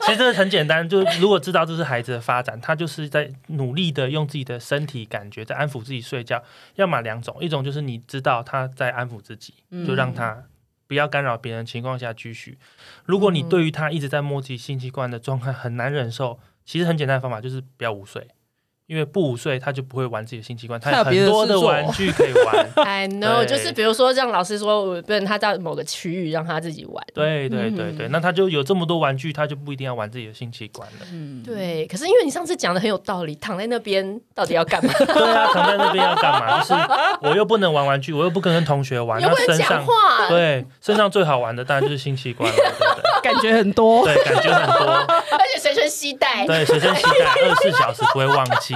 [SPEAKER 1] 其实这个很简单，就是如果知道这是孩子的发展，他就是在努力的用自己的身体感觉在安抚自己睡觉。要么两种，一种就是你知道他在安抚自己，
[SPEAKER 3] 嗯
[SPEAKER 1] 就让他不要干扰别人的情况下继续。如果你对于他一直在摸自己性器官的状态很难忍受，其实很简单的方法就是不要午睡，因为不午睡他就不会玩自己的性器官，他
[SPEAKER 3] 他
[SPEAKER 1] 有
[SPEAKER 3] 有别
[SPEAKER 1] 很
[SPEAKER 3] 的
[SPEAKER 1] 多
[SPEAKER 3] 事
[SPEAKER 1] 的
[SPEAKER 3] 做
[SPEAKER 1] 玩具可以 玩。
[SPEAKER 2] I know，
[SPEAKER 1] 对
[SPEAKER 2] 就是比如说让老师说，我不能他到某个区域让他自己玩。
[SPEAKER 1] 对对对
[SPEAKER 3] 嗯
[SPEAKER 1] 对，那他就有这么多玩具，他就不一定要玩自己的性器官了。
[SPEAKER 3] 嗯，
[SPEAKER 2] 对，可是因为你上次讲的很有道理，躺在那边到底要干嘛？
[SPEAKER 1] 对啊，躺在那边要干嘛？就是我又不能玩玩具，我又不跟跟同学玩，
[SPEAKER 2] 又
[SPEAKER 1] 那
[SPEAKER 2] 不能
[SPEAKER 1] 身
[SPEAKER 2] 讲
[SPEAKER 1] 上
[SPEAKER 2] 话，
[SPEAKER 1] 对身上最好玩的当然就是性器官了，对不对？
[SPEAKER 3] 感觉很 多，
[SPEAKER 1] 对，感觉很多。
[SPEAKER 2] 而且随身携带，
[SPEAKER 1] 对，随身携带 二十四小时不会忘记。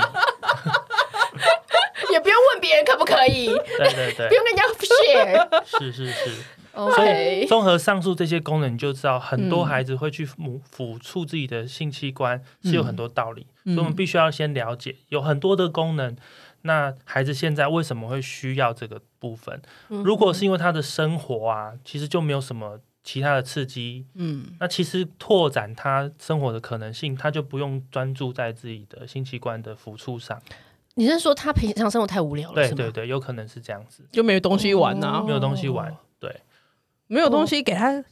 [SPEAKER 2] 也不用问别人可不可以，
[SPEAKER 1] 对对
[SPEAKER 2] 不
[SPEAKER 1] 对，
[SPEAKER 2] 用跟人家 share。
[SPEAKER 1] 是是是。所以
[SPEAKER 2] OK，
[SPEAKER 1] 综合上述这些功能，你就知道很
[SPEAKER 2] 嗯
[SPEAKER 1] 多孩子会去抚抚触自己的性器官是
[SPEAKER 2] 嗯
[SPEAKER 1] 有很多道理，所以我们必须要先了解有很多的功能。那孩子现在为什么会需要这个部分？
[SPEAKER 2] 嗯
[SPEAKER 1] 如果是因为他的生活啊，其实就没有什么其他的刺激，
[SPEAKER 3] 嗯
[SPEAKER 1] 那其实拓展他生活的可能性，他就不用专注在自己的性器官的抚触上。
[SPEAKER 2] 你是说他平常生活太无聊了，
[SPEAKER 1] 对
[SPEAKER 2] 哦是吗
[SPEAKER 1] 对对，有可能是这样子。
[SPEAKER 3] 就没有东西玩呐、
[SPEAKER 2] 哦
[SPEAKER 1] 没有东西玩。对，
[SPEAKER 3] 没有东西给他。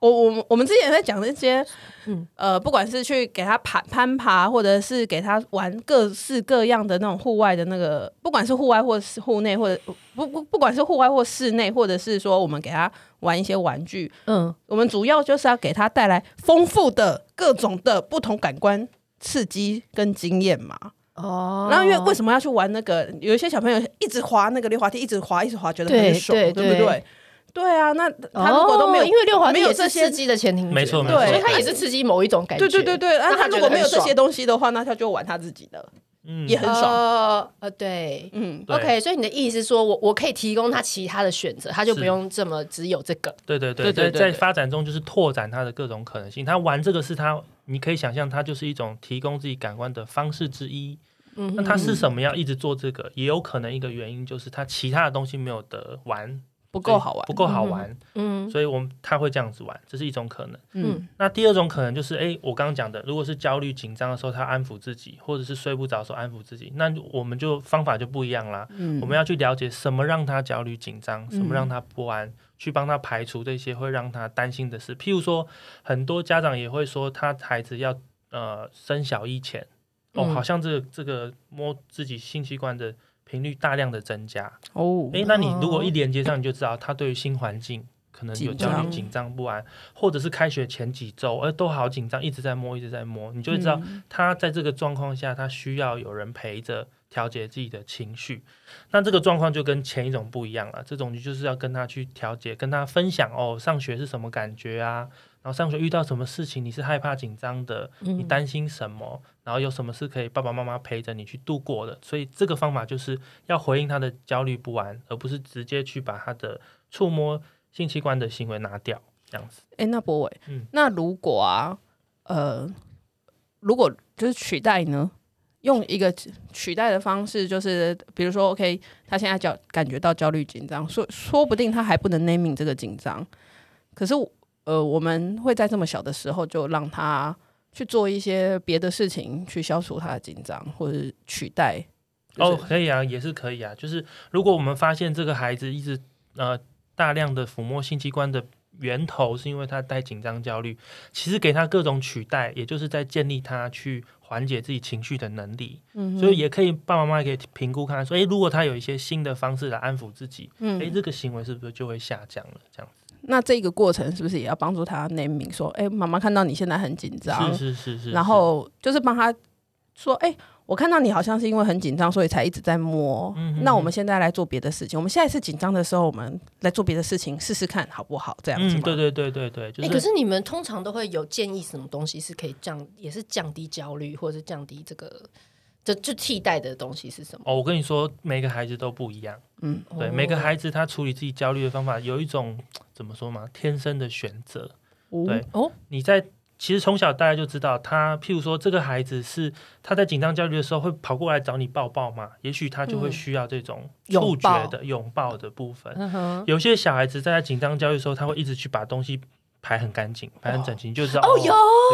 [SPEAKER 3] 我我们我们之前在讲那些，
[SPEAKER 2] 嗯
[SPEAKER 3] 呃，不管是去给他攀攀爬，或者是给他玩各式各样的那种户外的那个，不管是户外或是户内，或者不不不管是户外或室内，或者是说我们给他玩一些玩具，
[SPEAKER 2] 嗯，
[SPEAKER 3] 我们主要就是要给他带来丰富的各种的不同感官刺激跟经验嘛。
[SPEAKER 2] 哦
[SPEAKER 3] 然后因为为什么要去玩那个？有一些小朋友一直滑那个溜滑梯，一直滑一直滑，觉得
[SPEAKER 2] 对
[SPEAKER 3] 很爽，
[SPEAKER 2] 对
[SPEAKER 3] 对
[SPEAKER 2] 对
[SPEAKER 3] 不对？对啊，那他如果都没有，
[SPEAKER 2] 哦因为溜滑梯
[SPEAKER 3] 没有
[SPEAKER 2] 也是
[SPEAKER 3] 这些
[SPEAKER 2] 刺激的前庭觉
[SPEAKER 1] 没错
[SPEAKER 2] 嘛
[SPEAKER 1] 没错
[SPEAKER 2] 所以它也是刺激某一种感觉，
[SPEAKER 3] 对对对对，
[SPEAKER 2] 那
[SPEAKER 3] 那
[SPEAKER 2] 他
[SPEAKER 3] 他
[SPEAKER 2] 觉得
[SPEAKER 3] 如果没有
[SPEAKER 2] 很
[SPEAKER 3] 这
[SPEAKER 2] 爽
[SPEAKER 3] 些东西的话，那他就玩他自己的，
[SPEAKER 1] 嗯，
[SPEAKER 3] 也很爽。
[SPEAKER 2] 呃呃，对。
[SPEAKER 3] 嗯，
[SPEAKER 1] 对
[SPEAKER 2] OK，所以你的意思是说我我可以提供他其他的选择，他就不用这么只有这个。
[SPEAKER 1] 对对对
[SPEAKER 3] 对
[SPEAKER 1] 在
[SPEAKER 3] 对对
[SPEAKER 1] 在
[SPEAKER 3] 对
[SPEAKER 1] 发展中就是拓展他的各种可能性。他玩这个是他，你可以想象，它就是一种提供自己感官的方式之一。
[SPEAKER 2] 嗯
[SPEAKER 1] 那他是什么样一直做这个？也有可能一个原因就是他其他的东西没有得玩，不
[SPEAKER 3] 不够好玩
[SPEAKER 1] 不。够好玩，
[SPEAKER 2] 嗯
[SPEAKER 1] 所以我们他会这样子玩，这是一种可能。
[SPEAKER 3] 嗯
[SPEAKER 1] 那第二种可能就是，诶，我刚刚讲的，如果是焦虑紧张的时候，他安抚自己，或者是睡不着的时候安抚自己，那我们就方法就不一样啦。
[SPEAKER 3] 嗯
[SPEAKER 1] 我们要去了解什么让他焦虑紧张，什么
[SPEAKER 3] 嗯
[SPEAKER 1] 让他不安，去帮他排除这些会让他担心的事。譬如说，很多家长也会说，他孩子要呃生小一前，哦，
[SPEAKER 2] 嗯
[SPEAKER 1] 好像这个这个摸自己性器官的频率大量的增加。
[SPEAKER 3] 哦
[SPEAKER 1] 诶，那你如果一连接上，你就知道他对于新环境。可能有焦
[SPEAKER 3] 紧
[SPEAKER 1] 虑、
[SPEAKER 3] 张
[SPEAKER 1] 紧张、不安，或者是开学前几周，呃，都好紧张，一直在摸，一直在摸，你就会知道
[SPEAKER 2] 嗯
[SPEAKER 1] 他在这个状况下，他需要有人陪着调节自己的情绪。那这个状况就跟前一种不一样了，这种你就是要跟他去调节，跟他分享哦，上学是什么感觉啊？然后上学遇到什么事情，你是害怕紧张的，
[SPEAKER 2] 嗯
[SPEAKER 1] 你担心什么？然后有什么是可以爸爸妈妈陪着你去度过的？所以这个方法就是要回应他的焦虑不安，而不是直接去把他的触摸性器官的行为拿掉，这样子。
[SPEAKER 3] 哎、那博伟，
[SPEAKER 1] 嗯
[SPEAKER 3] 那如果啊，呃，如果就是取代呢，用一个取代的方式，就是比如说，OK，他现在焦感觉到焦虑紧张，说说不定他还不能 naming 这个紧张，可是呃，我们会在这么小的时候就让他去做一些别的事情去消除他的紧张，或者是取代。就是
[SPEAKER 1] 哦，可以啊，也是可以啊。就是如果我们发现这个孩子一直呃大量的抚摸性器官的源头是因为他带紧张焦虑，其实给他各种取代，也就是在建立他去缓解自己情绪的能力。
[SPEAKER 3] 嗯
[SPEAKER 1] 所以也可以爸爸妈妈可以评估看，说，诶，如果他有一些新的方式来安抚自己，
[SPEAKER 3] 嗯
[SPEAKER 1] 诶，这个行为是不是就会下降了？这样
[SPEAKER 3] 那这个过程是不是也要帮助他 naming 说，哎、妈妈看到你现在很紧张，
[SPEAKER 1] 子是是是是，
[SPEAKER 3] 啊然后就是帮他说，哎、我看到你好像是因为很紧张，所以才一直在摸。
[SPEAKER 1] 嗯哼
[SPEAKER 3] 那我们现在来做别的事情，我们下一次紧张的时候，我们来做别的事情试试看好不好？这样子、
[SPEAKER 1] 嗯，对，对对对对，就
[SPEAKER 2] 哎、可是你们通常都会有建议什么东西是可以降，也是降低焦虑，或者是降低这个，这就替代的东西是什么？
[SPEAKER 1] 哦，我跟你说，每个孩子都不一样。
[SPEAKER 3] 嗯，
[SPEAKER 1] 对，
[SPEAKER 2] 哦
[SPEAKER 1] 每个孩子他处理自己焦虑的方法有一种怎么说嘛，天生的选择。对
[SPEAKER 2] 哦，
[SPEAKER 1] 你在其实从小大家就知道他，譬如说这个孩子是他在紧张焦虑的时候会跑过来找你抱抱嘛，也许他就会
[SPEAKER 2] 嗯
[SPEAKER 1] 需要这种
[SPEAKER 2] 拥
[SPEAKER 1] 触
[SPEAKER 2] 抱
[SPEAKER 1] 觉的拥抱的部分。
[SPEAKER 2] 嗯哼，
[SPEAKER 1] 有些小孩子在紧张焦虑的时候，他会一直去把东西排很干净、排很整齐，你就知道
[SPEAKER 2] 哦有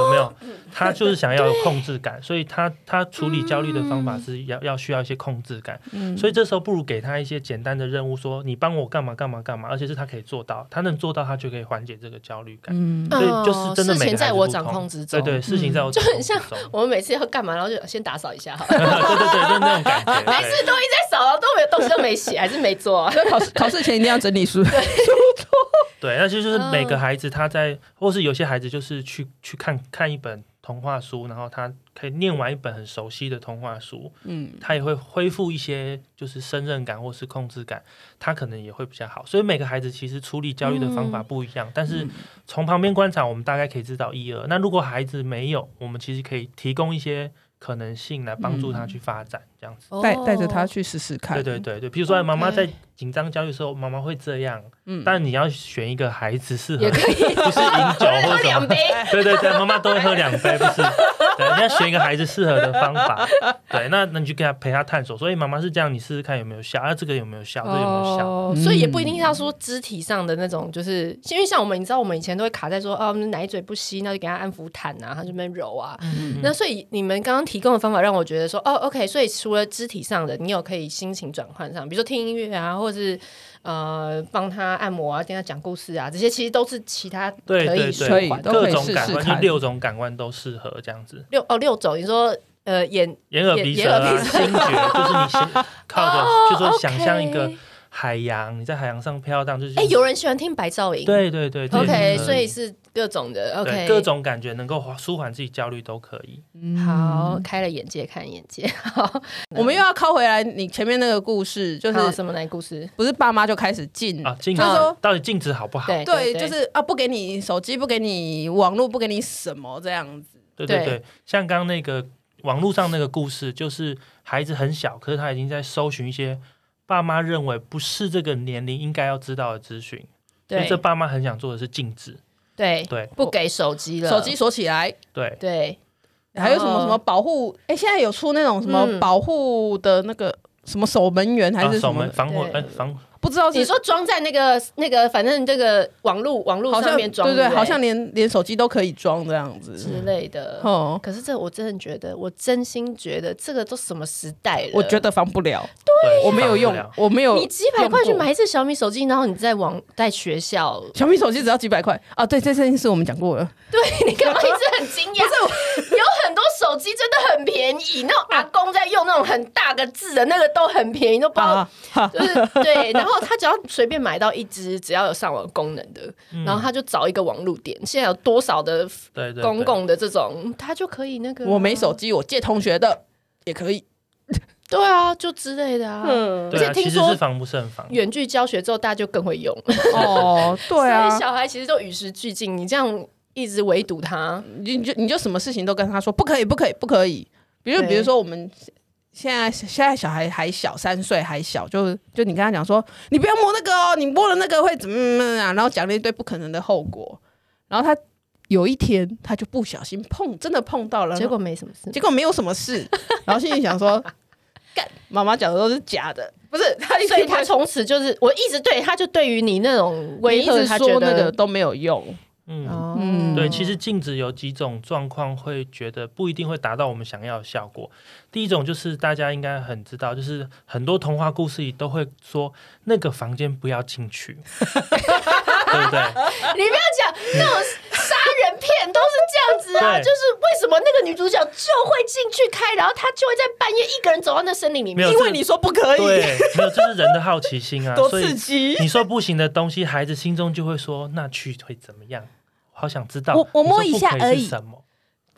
[SPEAKER 1] 有没有？他就是想要有控制 感，所以他他处理焦虑的方
[SPEAKER 2] 嗯
[SPEAKER 1] 法是要要需要一些控制感。
[SPEAKER 3] 嗯
[SPEAKER 1] 所以这时候不如给他一些简单的任务，说你帮我干嘛干嘛干嘛，而且是他可以做到，他能做到，他就可以缓解这个焦虑感。
[SPEAKER 3] 嗯
[SPEAKER 1] 所以就是真的
[SPEAKER 2] 事
[SPEAKER 1] 每个
[SPEAKER 2] 情
[SPEAKER 1] 孩
[SPEAKER 2] 哦在
[SPEAKER 1] 子
[SPEAKER 2] 我
[SPEAKER 1] 不
[SPEAKER 2] 掌
[SPEAKER 1] 同
[SPEAKER 2] 控之中，嗯
[SPEAKER 1] 对对，事情在我掌
[SPEAKER 2] 就
[SPEAKER 1] 控
[SPEAKER 2] 很
[SPEAKER 1] 之
[SPEAKER 2] 像
[SPEAKER 1] 中
[SPEAKER 2] 我们每次要干嘛，然后就先打扫一下好了，
[SPEAKER 1] 对对对，就那种感 觉。
[SPEAKER 2] 每
[SPEAKER 1] 对
[SPEAKER 2] 次都一直在扫，然后都没有东西都没写，还是没做啊、
[SPEAKER 3] 考试考试前一定要整理书。
[SPEAKER 1] 对，那就是
[SPEAKER 2] 嗯
[SPEAKER 1] 每个孩子他在，或是有些孩子就是去去看看一本童话书，然后他可以念完一本很熟悉的童话书，
[SPEAKER 3] 嗯，
[SPEAKER 1] 他也会恢复一些就是胜任感或是控制感，他可能也会比较好。所以每个孩子其实处理焦虑的方
[SPEAKER 2] 嗯
[SPEAKER 1] 法不一样，但是从旁边观察，我们大概可以知道一二。那如果孩子没有，我们其实可以提供一些可能性来帮助
[SPEAKER 2] 嗯
[SPEAKER 1] 他去发展，这样子。
[SPEAKER 3] 带
[SPEAKER 2] 哦
[SPEAKER 3] 带着他去试试看。
[SPEAKER 1] 对对对对，比如说
[SPEAKER 2] OK
[SPEAKER 1] 妈妈在紧张焦虑的时候，妈妈会这样，
[SPEAKER 3] 嗯
[SPEAKER 1] 但你要选一个孩子适合
[SPEAKER 2] 也可以，
[SPEAKER 1] 不是饮酒或
[SPEAKER 2] 喝
[SPEAKER 1] 什
[SPEAKER 2] 两
[SPEAKER 1] 么。
[SPEAKER 2] 杯。
[SPEAKER 1] 对对对，妈妈都会喝两杯，不是？对，你要选一个孩子适合的方法。对，那那你就跟他陪他探索。所以妈妈是这样，你试试看有没有效，啊，这个有没有效，这个有没有效？嗯
[SPEAKER 2] 哦，所以也不一定要说肢体上的那种，就是因为像我们，你知道我们以前都会卡在说，哦、奶嘴不吸，那就给他安抚毯啊，他这边揉啊。
[SPEAKER 1] 嗯
[SPEAKER 2] 那所以你们刚刚提供的方法让我觉得说，哦，OK，所以除了肢体上的，你有可以心情转换上，比如说听音乐啊，或者是呃帮他按摩啊，跟他讲故事啊，这些其实都是其他
[SPEAKER 1] 对
[SPEAKER 2] 可
[SPEAKER 1] 对
[SPEAKER 2] 以
[SPEAKER 1] 对
[SPEAKER 2] 舒
[SPEAKER 3] 可以
[SPEAKER 2] 缓的
[SPEAKER 3] 都可
[SPEAKER 1] 各
[SPEAKER 3] 以
[SPEAKER 1] 种
[SPEAKER 3] 试试
[SPEAKER 1] 感官，就
[SPEAKER 3] 看
[SPEAKER 1] 六种感官都适合这样子。
[SPEAKER 2] 六哦六种，你说呃眼
[SPEAKER 1] 眼耳
[SPEAKER 2] 眼
[SPEAKER 1] 鼻
[SPEAKER 2] 眼
[SPEAKER 1] 舌
[SPEAKER 2] 耳
[SPEAKER 1] 啊，
[SPEAKER 2] 鼻舌
[SPEAKER 1] 心觉就是你先靠着，就说想象一个
[SPEAKER 2] 哦 OK
[SPEAKER 1] 海洋，你在海洋上飘荡，就是
[SPEAKER 2] 哎、有人喜欢听白噪音，
[SPEAKER 1] 对对对这也是
[SPEAKER 2] ，OK，
[SPEAKER 1] 可
[SPEAKER 2] 所以是各种的
[SPEAKER 1] 对
[SPEAKER 2] ，OK，
[SPEAKER 1] 各种感觉能够缓舒缓自己焦虑都可以。
[SPEAKER 2] 嗯
[SPEAKER 3] 嗯
[SPEAKER 2] 好，开了眼界，看眼界。 好，
[SPEAKER 3] 我们又要靠回来你前面那个故事，就
[SPEAKER 2] 就是是什么来故事？
[SPEAKER 3] 不是爸妈就开始禁
[SPEAKER 2] 嗯
[SPEAKER 1] 啊，禁止
[SPEAKER 3] 就是说
[SPEAKER 1] 到底禁止好不好？
[SPEAKER 2] 对
[SPEAKER 3] 对，就是啊，不给你手机，不给你网络，不给你什么这样子。
[SPEAKER 1] 对对
[SPEAKER 2] 对
[SPEAKER 1] 对，像刚刚那个网络上那个故事，就是孩子很小，可是他已经在搜寻一些爸妈认为不是这个年龄应该要知道的资讯，所以
[SPEAKER 2] 对
[SPEAKER 1] 这爸妈很想做的是禁止。
[SPEAKER 2] 对
[SPEAKER 3] 哦
[SPEAKER 1] 对
[SPEAKER 2] 不给手机了，
[SPEAKER 3] 手机锁起来，
[SPEAKER 1] 对，
[SPEAKER 2] 对
[SPEAKER 3] 还有什么什么保护？哎、现在有出那种什么
[SPEAKER 2] 哦嗯
[SPEAKER 3] 保护的那个什么守门员还
[SPEAKER 1] 啊
[SPEAKER 3] 是
[SPEAKER 1] 守
[SPEAKER 3] 什么
[SPEAKER 1] 门
[SPEAKER 3] 的？
[SPEAKER 1] 防火
[SPEAKER 2] 对
[SPEAKER 1] 哎防
[SPEAKER 3] 不知道
[SPEAKER 2] 你
[SPEAKER 3] 是
[SPEAKER 2] 说装在那个那个，反正这个网络网络
[SPEAKER 3] 好
[SPEAKER 2] 上
[SPEAKER 3] 像
[SPEAKER 2] 面
[SPEAKER 3] 对
[SPEAKER 2] 装，欸
[SPEAKER 3] 对，
[SPEAKER 2] 不
[SPEAKER 3] 好像连连手机都可以装这样子。
[SPEAKER 2] 之类的。
[SPEAKER 3] 哦，
[SPEAKER 2] 可是这我真的觉得，我真心觉得这个都什么时代了？
[SPEAKER 3] 我觉得防不了，
[SPEAKER 1] 对
[SPEAKER 3] 我没有
[SPEAKER 1] 防不
[SPEAKER 3] 用
[SPEAKER 1] 了，
[SPEAKER 3] 我没有
[SPEAKER 2] 你几百块去
[SPEAKER 3] 用过
[SPEAKER 2] 买一只小米手机，然后你再往在学 校，
[SPEAKER 3] 小米手机，只要几百块啊！对，这件事我们讲过了。
[SPEAKER 2] 对你干嘛一直很惊讶？ 有很多手机真的很便宜，那种阿公在用那种很大个字的那个都很便宜，都不知道
[SPEAKER 3] 啊，哈
[SPEAKER 2] 就是对，然后他只要随便买到一只只要有上网功能的，然后他就找一个网路点，现在有多少的
[SPEAKER 1] 嗯对对对
[SPEAKER 2] 公共的这种，他就可以那个啊、
[SPEAKER 3] 我没手机，我借同学的也可以。
[SPEAKER 2] 对啊，就之类的啊。
[SPEAKER 3] 嗯，
[SPEAKER 1] 对
[SPEAKER 2] 而且
[SPEAKER 1] 啊，
[SPEAKER 2] 听
[SPEAKER 1] 其实
[SPEAKER 2] 说
[SPEAKER 1] 是防不胜防。
[SPEAKER 2] 远距教学之后，大家就更会用，
[SPEAKER 3] 哦，对
[SPEAKER 2] 所
[SPEAKER 3] 啊
[SPEAKER 2] 以，小孩其实都与时俱进。你这样一直围堵他，
[SPEAKER 3] 你就你就什么事情都跟他说不可以，不可以，不可以。比如
[SPEAKER 2] 对
[SPEAKER 3] 比如说我们。现在现在小孩还小，三岁还小，就就你跟他讲说，你不要摸那个哦，你摸了那个会怎么怎么啊，然后讲了一堆不可能的后果，然后他有一天他就不小心碰，真的碰到了，
[SPEAKER 2] 结果没什么事。
[SPEAKER 3] 结果没有什么事，然后心里想说，干妈妈讲的都是假的，不是他一
[SPEAKER 2] 所以
[SPEAKER 3] 直
[SPEAKER 2] 他从此就是，我一直对他就对于你那种威
[SPEAKER 3] 唯一直
[SPEAKER 2] 吓，他觉
[SPEAKER 3] 说那个
[SPEAKER 2] 得，
[SPEAKER 3] 都没有用，
[SPEAKER 1] 嗯，
[SPEAKER 2] 哦
[SPEAKER 3] 嗯
[SPEAKER 1] 对，其实禁止有几种状况会觉得不一定会达到我们想要的效果。第一种就是大家应该很知道，就是很多童话故事里都会说那个房间不要进去， 对不对？
[SPEAKER 2] 你不要讲那种杀人片都是这样子啊，
[SPEAKER 1] 对
[SPEAKER 2] 就是为什么那个女主角就会进去开，然后她就会在半夜一个人走到那森林里
[SPEAKER 1] 没有
[SPEAKER 2] 面。
[SPEAKER 3] 因为你说不可以，
[SPEAKER 1] 对，没有，这是人的好奇心啊，
[SPEAKER 3] 多
[SPEAKER 1] 所
[SPEAKER 3] 刺
[SPEAKER 1] 以
[SPEAKER 3] 激。
[SPEAKER 1] 你说不行的东西，孩子心中就会说那去会怎么样？好想知道，
[SPEAKER 3] 我我摸
[SPEAKER 1] 你说
[SPEAKER 3] 一下
[SPEAKER 1] 不可以
[SPEAKER 3] 而
[SPEAKER 1] 是
[SPEAKER 3] 已
[SPEAKER 1] 什么？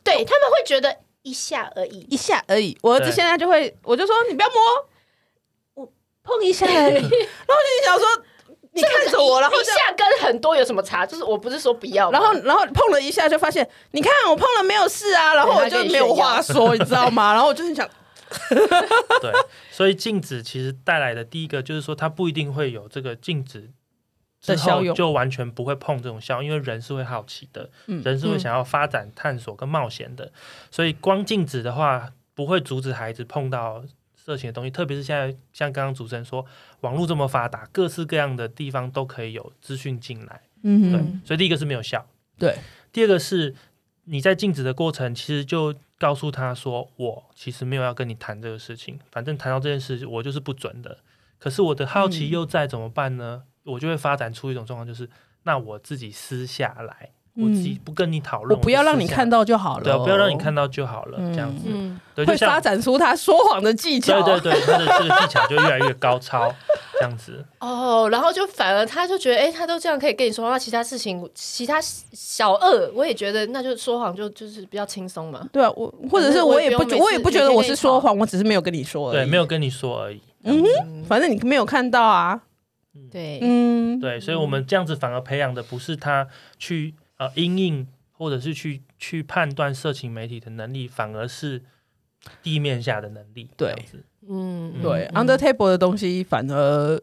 [SPEAKER 2] 对他们会觉得一下而已，
[SPEAKER 3] 一下而已，我儿子
[SPEAKER 1] 对
[SPEAKER 3] 现在就会，我就说你不要摸，我碰一 下而已。然后我就想说，你看着我，然后
[SPEAKER 2] 一
[SPEAKER 3] 就，
[SPEAKER 2] 下跟很多有什么差？就是我不是说不要吗，
[SPEAKER 3] 然后然后碰了一下，就发现你看我碰了没有事啊，然后
[SPEAKER 2] 对
[SPEAKER 3] 我
[SPEAKER 2] 他
[SPEAKER 3] 就
[SPEAKER 2] 跟你
[SPEAKER 3] 没有
[SPEAKER 2] 炫耀
[SPEAKER 3] 话 说，你知道吗？然后我就很想，
[SPEAKER 1] 对，所以禁止其实带来的第一个就是说，它不一定会有这个禁止之
[SPEAKER 3] 的效
[SPEAKER 1] 后
[SPEAKER 3] 用
[SPEAKER 1] 就完全不会碰这种效，因为人是会好奇的，
[SPEAKER 3] 嗯
[SPEAKER 1] 人是会想要发展、探索跟冒险的，所以光禁止的话，不会阻止孩子碰到。色情的东西，特别是现在像刚刚主持人说，网络这么发达，各式各样的地方都可以有资讯进来，对，
[SPEAKER 3] 嗯
[SPEAKER 1] 所以第一个是没有效，
[SPEAKER 3] 对，
[SPEAKER 1] 第二个是你在禁止的过程，其实就告诉他说，我其实没有要跟你谈这个事情，反正谈到这件事，我就是不准的。可是我的好奇又在怎么办呢？我就会发展出一种状况，就是那我自己私下来，我自己不跟你讨
[SPEAKER 3] 我
[SPEAKER 1] 论，
[SPEAKER 3] 不要让你看
[SPEAKER 1] 到，
[SPEAKER 3] 到就好了，
[SPEAKER 1] 对啊，不要让你看到就好了，
[SPEAKER 3] 嗯
[SPEAKER 1] 这样子，
[SPEAKER 2] 嗯，
[SPEAKER 1] 对，就
[SPEAKER 3] 会发
[SPEAKER 1] 像
[SPEAKER 3] 展出他说谎的技巧。
[SPEAKER 1] 对对对，他的这个技巧就越来越高超，这样子，
[SPEAKER 2] 哦，然后就反而他就觉得，哎、他都这样可以跟你说，那其他事情，其他小恶，我也觉得那就说谎就就是比较轻松嘛。
[SPEAKER 3] 对啊，我或者是我也不
[SPEAKER 2] 反正我也不用每次
[SPEAKER 3] 我也不觉得我是说谎，我只是没有跟你说而已。
[SPEAKER 1] 对，没有，跟你说而已，
[SPEAKER 3] 嗯哼，反正你没有看到啊。
[SPEAKER 2] 对，
[SPEAKER 3] 嗯，
[SPEAKER 1] 对，所以我们这样子反而培养的不是他去呃因应或者是去去判断色情媒体的能力，反而是地面下的能力。
[SPEAKER 3] 对
[SPEAKER 1] 这样子
[SPEAKER 2] 嗯，
[SPEAKER 3] 对、u
[SPEAKER 2] 嗯
[SPEAKER 3] n d e r table 的东西反而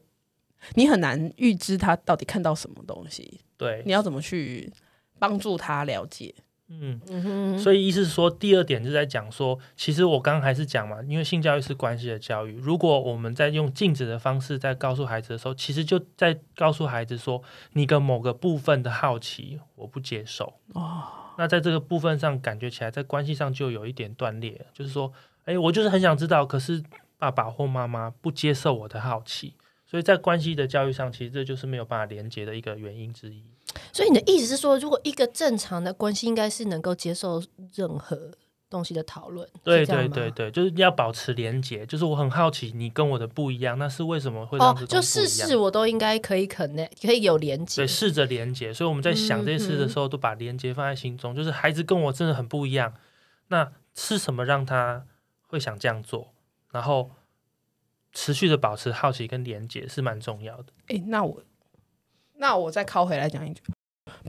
[SPEAKER 3] 你很难预知他到底看到什么东西，
[SPEAKER 1] 对，
[SPEAKER 3] 你要怎么去帮助他了解？
[SPEAKER 1] 嗯，
[SPEAKER 2] 嗯哼
[SPEAKER 1] 所以意思是说，第二点就在讲说，其实我刚刚还是讲嘛，因为性教育是关系的教育。如果我们在用禁止的方式在告诉孩子的时候，其实就在告诉孩子说，你的某个部分的好奇我不接受。哦，那在这个部分上，感觉起来在关系上就有一点断裂了，就是说，哎，我就是很想知道，可是爸爸或妈妈不接受我的好奇。所以在关系的教育上，其实这就是没有办法连接的一个原因之一。
[SPEAKER 2] 所以你的意思是说，如果一个正常的关系，应该是能够接受任何东西的讨论，
[SPEAKER 1] 对
[SPEAKER 2] 是这样
[SPEAKER 1] 对
[SPEAKER 2] 吗
[SPEAKER 1] 对对，就是要保持连结。就是我很好奇，你跟我的不一样，那是为什么会让
[SPEAKER 2] 哦
[SPEAKER 1] 这，东
[SPEAKER 2] 就
[SPEAKER 1] 西不
[SPEAKER 2] 事
[SPEAKER 1] 一样？
[SPEAKER 2] 事我都应该可以 connect，可以有连接
[SPEAKER 1] 对，。试着连结。所以我们在
[SPEAKER 2] 嗯
[SPEAKER 1] 想这些事的时候，都把连结放在心中。就是孩子跟我真的很不一样，那是什么让他会想这样做？然后持续的保持好奇跟连结是蛮重要的。
[SPEAKER 3] 诶，那我那我再靠回来讲一句，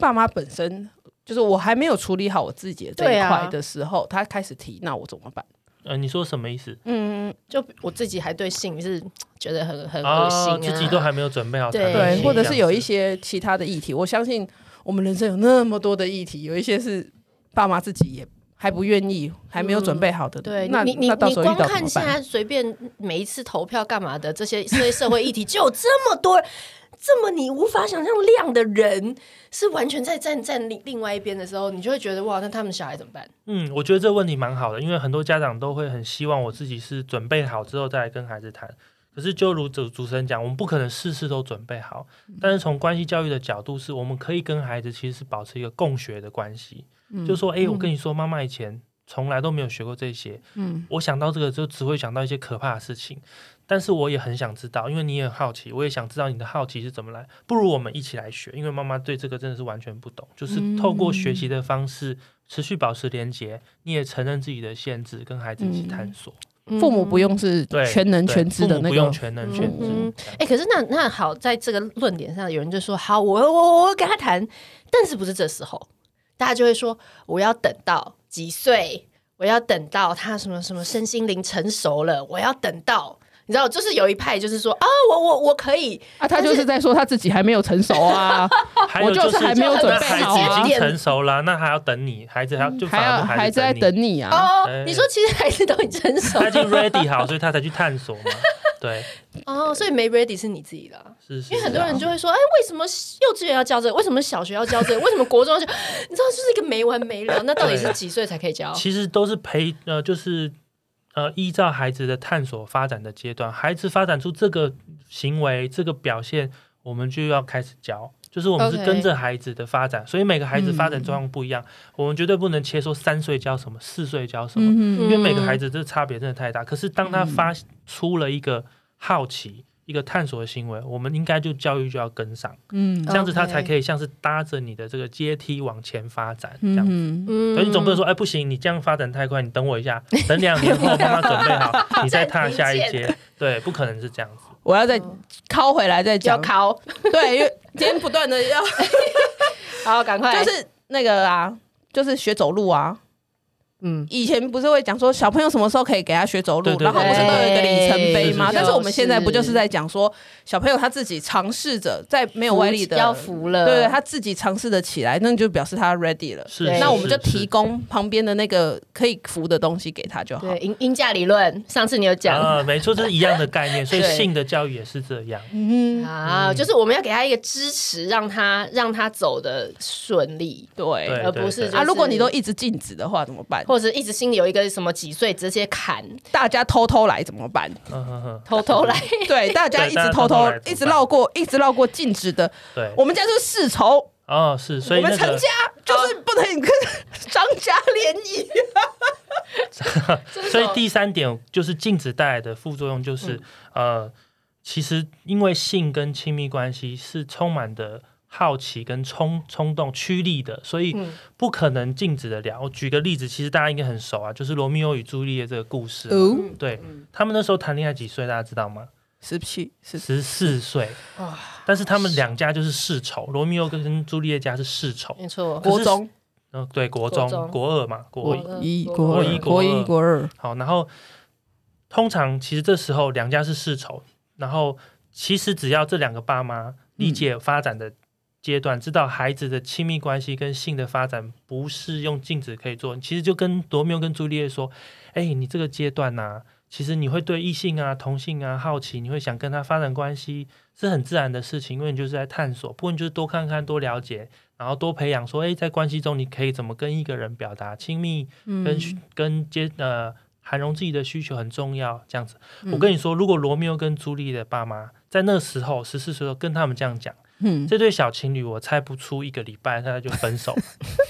[SPEAKER 3] 爸妈本身就是我还没有处理好我自己的这
[SPEAKER 2] 对
[SPEAKER 3] 一
[SPEAKER 2] 啊
[SPEAKER 3] 块的时候，他开始提，那我怎么办？
[SPEAKER 1] 呃，你说什么意思？
[SPEAKER 3] 嗯，
[SPEAKER 2] 就我自己还对性是觉得很很恶心、啊
[SPEAKER 1] 哦，自己都还没有准备好谈
[SPEAKER 2] 对
[SPEAKER 1] 恋爱这样
[SPEAKER 3] 对，
[SPEAKER 1] 子，
[SPEAKER 3] 或者是有一些其他的议题。我相信我们人生有那么多的议题，有一些是爸妈自己也还不愿意，还没有准备好的，
[SPEAKER 2] 嗯对
[SPEAKER 3] 那
[SPEAKER 2] 你，你
[SPEAKER 3] 那到
[SPEAKER 2] 你
[SPEAKER 3] 时候遇
[SPEAKER 2] 光
[SPEAKER 3] 到
[SPEAKER 2] 看
[SPEAKER 3] 怎么
[SPEAKER 2] 现
[SPEAKER 3] 办？
[SPEAKER 2] 在随便每一次投票干嘛的这些这些社会议题，就有这么多这么你无法想象量的人是完全在站站另另外一边的时候，你就会觉得哇，那他们小孩怎么办？
[SPEAKER 1] 嗯，我觉得这个问题蛮好的，因为很多家长都会很希望我自己是准备好之后再来跟孩子谈。可是就如主主持人讲，我们不可能事事都准备好，但是从关系教育的角度，是我们可以跟孩子其实是保持一个共学的关系，就说，哎、我跟你说，妈妈以前从来都没有学过这些，
[SPEAKER 3] 嗯，
[SPEAKER 1] 我想到这个就只会想到一些可怕的事情，但是我也很想知道，因为你也很好奇，我也想知道你的好奇是怎么来。不如我们一起来学，因为妈妈对这个真的是完全不懂，就是透过学习的方式持续保持连结，你也承认自己的限制，跟孩子一起探索。
[SPEAKER 3] 父母不用是
[SPEAKER 1] 对，
[SPEAKER 3] 嗯全能
[SPEAKER 1] 对
[SPEAKER 3] 全知
[SPEAKER 1] 父
[SPEAKER 3] 的
[SPEAKER 1] 母
[SPEAKER 3] 那
[SPEAKER 1] 不用
[SPEAKER 3] 个，
[SPEAKER 1] 全能全知。
[SPEAKER 2] 嗯
[SPEAKER 1] 这样
[SPEAKER 2] 哎、可是那那好，在这个论点上，有人就说好，我我我跟他谈，但是不是这时候，大家就会说我要等到几岁，我要等到他什么什么身心灵成熟了，我要等到。你知道，就是有一派就是说啊，我我我可以，
[SPEAKER 3] 啊，他就是在说他自己还没有成熟 啊，
[SPEAKER 1] 还有
[SPEAKER 3] 我就是
[SPEAKER 1] 是
[SPEAKER 3] 还没有
[SPEAKER 1] 那
[SPEAKER 2] 准备
[SPEAKER 1] 孩
[SPEAKER 2] 好啊
[SPEAKER 1] 子已经成熟了，那还要等你，孩子还要就反
[SPEAKER 3] 还
[SPEAKER 1] 而
[SPEAKER 3] 要
[SPEAKER 1] 是
[SPEAKER 3] 嗯还
[SPEAKER 1] 孩子
[SPEAKER 3] 在
[SPEAKER 1] 你，
[SPEAKER 3] 等你啊。
[SPEAKER 2] 哦
[SPEAKER 1] 对，
[SPEAKER 2] 你说其实孩子都很成熟
[SPEAKER 1] 哎他已经 ready 好，所以他才去探索嘛。对，
[SPEAKER 2] 哦，所以没 ready 是你自己的啊、
[SPEAKER 1] 是是。
[SPEAKER 2] 因为很
[SPEAKER 1] 是
[SPEAKER 2] 多
[SPEAKER 1] 啊
[SPEAKER 2] 人就会说，哎，为什么幼稚园要教这个？为什么小学要教这个？为什么国中要教？ 你知道，就是一个没完没了。那到底是几岁才可以教？
[SPEAKER 1] 其实都是培呃，就是呃，依照孩子的探索发展的阶段，孩子发展出这个行为、这个表现，我们就要开始教。就是我们是
[SPEAKER 2] OK 嗯
[SPEAKER 1] 跟着孩子的发展所以每个孩子发展状况不一样，我们绝对不能切说三岁教什么，四岁教什么，
[SPEAKER 3] 嗯
[SPEAKER 1] 因为每个
[SPEAKER 2] 嗯
[SPEAKER 1] 孩子这差别真的太大。可是当他发出了一个好奇、一个探索的行为，我们应该就教育就要跟上，
[SPEAKER 3] 嗯
[SPEAKER 1] 这样子他
[SPEAKER 2] OK
[SPEAKER 1] 才可以像是搭着你的这个阶梯往前发展，这样子。
[SPEAKER 3] 嗯，
[SPEAKER 2] 嗯
[SPEAKER 1] 所以你总不能说，哎，不行，你这样发展太快，你等我一下，等两年后妈妈准备 好，你再踏下一阶。对，不可能是这样子。
[SPEAKER 3] 我要再拷回来再
[SPEAKER 2] 要
[SPEAKER 3] 讲，
[SPEAKER 2] 考，
[SPEAKER 3] 对，因为 今天不断的 要
[SPEAKER 2] 好，赶快，
[SPEAKER 3] 就是那个啊，就是学走路啊。
[SPEAKER 2] 嗯，
[SPEAKER 3] 以前不是会讲说小朋友什么时候可以给他学走路，
[SPEAKER 1] 对对对
[SPEAKER 3] 然后不是都有一个里程碑吗？
[SPEAKER 1] 对
[SPEAKER 3] 但是我们现在不就
[SPEAKER 2] 就是
[SPEAKER 3] 是在讲说小朋友他自己尝试着在没
[SPEAKER 2] 没
[SPEAKER 3] 有外力的，
[SPEAKER 2] 要服了，
[SPEAKER 3] 对对，他自己尝试的起来，那就表示他 ready 了。
[SPEAKER 1] 是
[SPEAKER 2] 对，
[SPEAKER 3] 那我们就
[SPEAKER 1] 是
[SPEAKER 3] 是提供旁边的那个可以扶的东西给他就好。
[SPEAKER 2] 对因因价理论，上次你有讲。
[SPEAKER 1] 啊，没错，这是一样的概 念。所以
[SPEAKER 2] 对
[SPEAKER 1] 性的教育也是这样。
[SPEAKER 3] 嗯，
[SPEAKER 2] 啊，就是我们要给他一个支持，让他让他走的顺利，
[SPEAKER 1] 对
[SPEAKER 3] 对。
[SPEAKER 2] 而不是、
[SPEAKER 1] 对
[SPEAKER 2] 就是、
[SPEAKER 3] 啊，如果你都一直禁止的话怎么办？
[SPEAKER 2] 或者一直心里有一个什么几岁直接砍，
[SPEAKER 3] 大家偷偷来怎 么办？
[SPEAKER 1] 嗯哼哼，
[SPEAKER 2] 偷偷来，
[SPEAKER 3] 对，大家
[SPEAKER 1] 对
[SPEAKER 3] 一
[SPEAKER 1] 大
[SPEAKER 3] 直
[SPEAKER 1] 家偷偷
[SPEAKER 3] 偷
[SPEAKER 1] 来
[SPEAKER 3] 偷
[SPEAKER 1] 怎么办
[SPEAKER 3] 一直绕过，一直绕过禁止的，
[SPEAKER 1] 对，
[SPEAKER 3] 我们家就是世仇，
[SPEAKER 1] 哦，是，所
[SPEAKER 3] 我
[SPEAKER 1] 以
[SPEAKER 3] 们
[SPEAKER 1] 那
[SPEAKER 3] 成
[SPEAKER 1] 个啊
[SPEAKER 3] 家就是不能跟张家联 谊。
[SPEAKER 1] 所以第三点就是禁止带来的副作用就是，
[SPEAKER 3] 嗯
[SPEAKER 1] 呃，其实因为性跟亲密关系是充满的好奇跟冲冲动驱力的，所以
[SPEAKER 2] 嗯
[SPEAKER 1] 不可能禁止得了。我举个例子，其实大家应该很熟啊，就是罗密欧与朱丽叶这个故事嘛。
[SPEAKER 3] 哦，
[SPEAKER 2] 嗯
[SPEAKER 1] 对他们那时候谈恋爱几岁，大家知道吗？
[SPEAKER 3] 十七十
[SPEAKER 1] 十四岁
[SPEAKER 2] 哇。
[SPEAKER 1] 但是他们两家就是世仇，罗密欧跟朱丽叶家是世仇。
[SPEAKER 2] 没错，
[SPEAKER 1] 可
[SPEAKER 3] 国
[SPEAKER 1] 是
[SPEAKER 3] 中
[SPEAKER 1] 嗯、对，国
[SPEAKER 2] 国
[SPEAKER 1] 中、
[SPEAKER 2] 中
[SPEAKER 1] 国二嘛，国
[SPEAKER 2] 国
[SPEAKER 1] 一。
[SPEAKER 3] 一
[SPEAKER 2] 国
[SPEAKER 3] 国
[SPEAKER 1] 二
[SPEAKER 3] 一
[SPEAKER 1] 国
[SPEAKER 3] 国
[SPEAKER 1] 一
[SPEAKER 3] 一国二，
[SPEAKER 1] 好，然后通常其实这时候两家是世仇，然后其实只要这两个爸妈理解发展的阶段，知道孩子的亲密关系跟性的发展不是用禁止可以做，其实就跟罗密欧跟朱丽叶说：“哎、你这个阶段呐、其实你会对异性啊、同性啊好奇，你会想跟他发展关系，是很自然的事情，因为你就是在探索。不过你就是多看看、多了解，然后多培养，说，哎、在关系中你可以怎么跟一个人表达亲密，跟、跟接呃涵容自己的需求很重要，这样子。我跟你说，如果罗密欧跟朱丽叶的爸妈在那时候十四岁的时候跟他们这样讲，
[SPEAKER 3] 嗯，
[SPEAKER 1] 这对小情侣我猜不出一个礼拜，大家就分手了，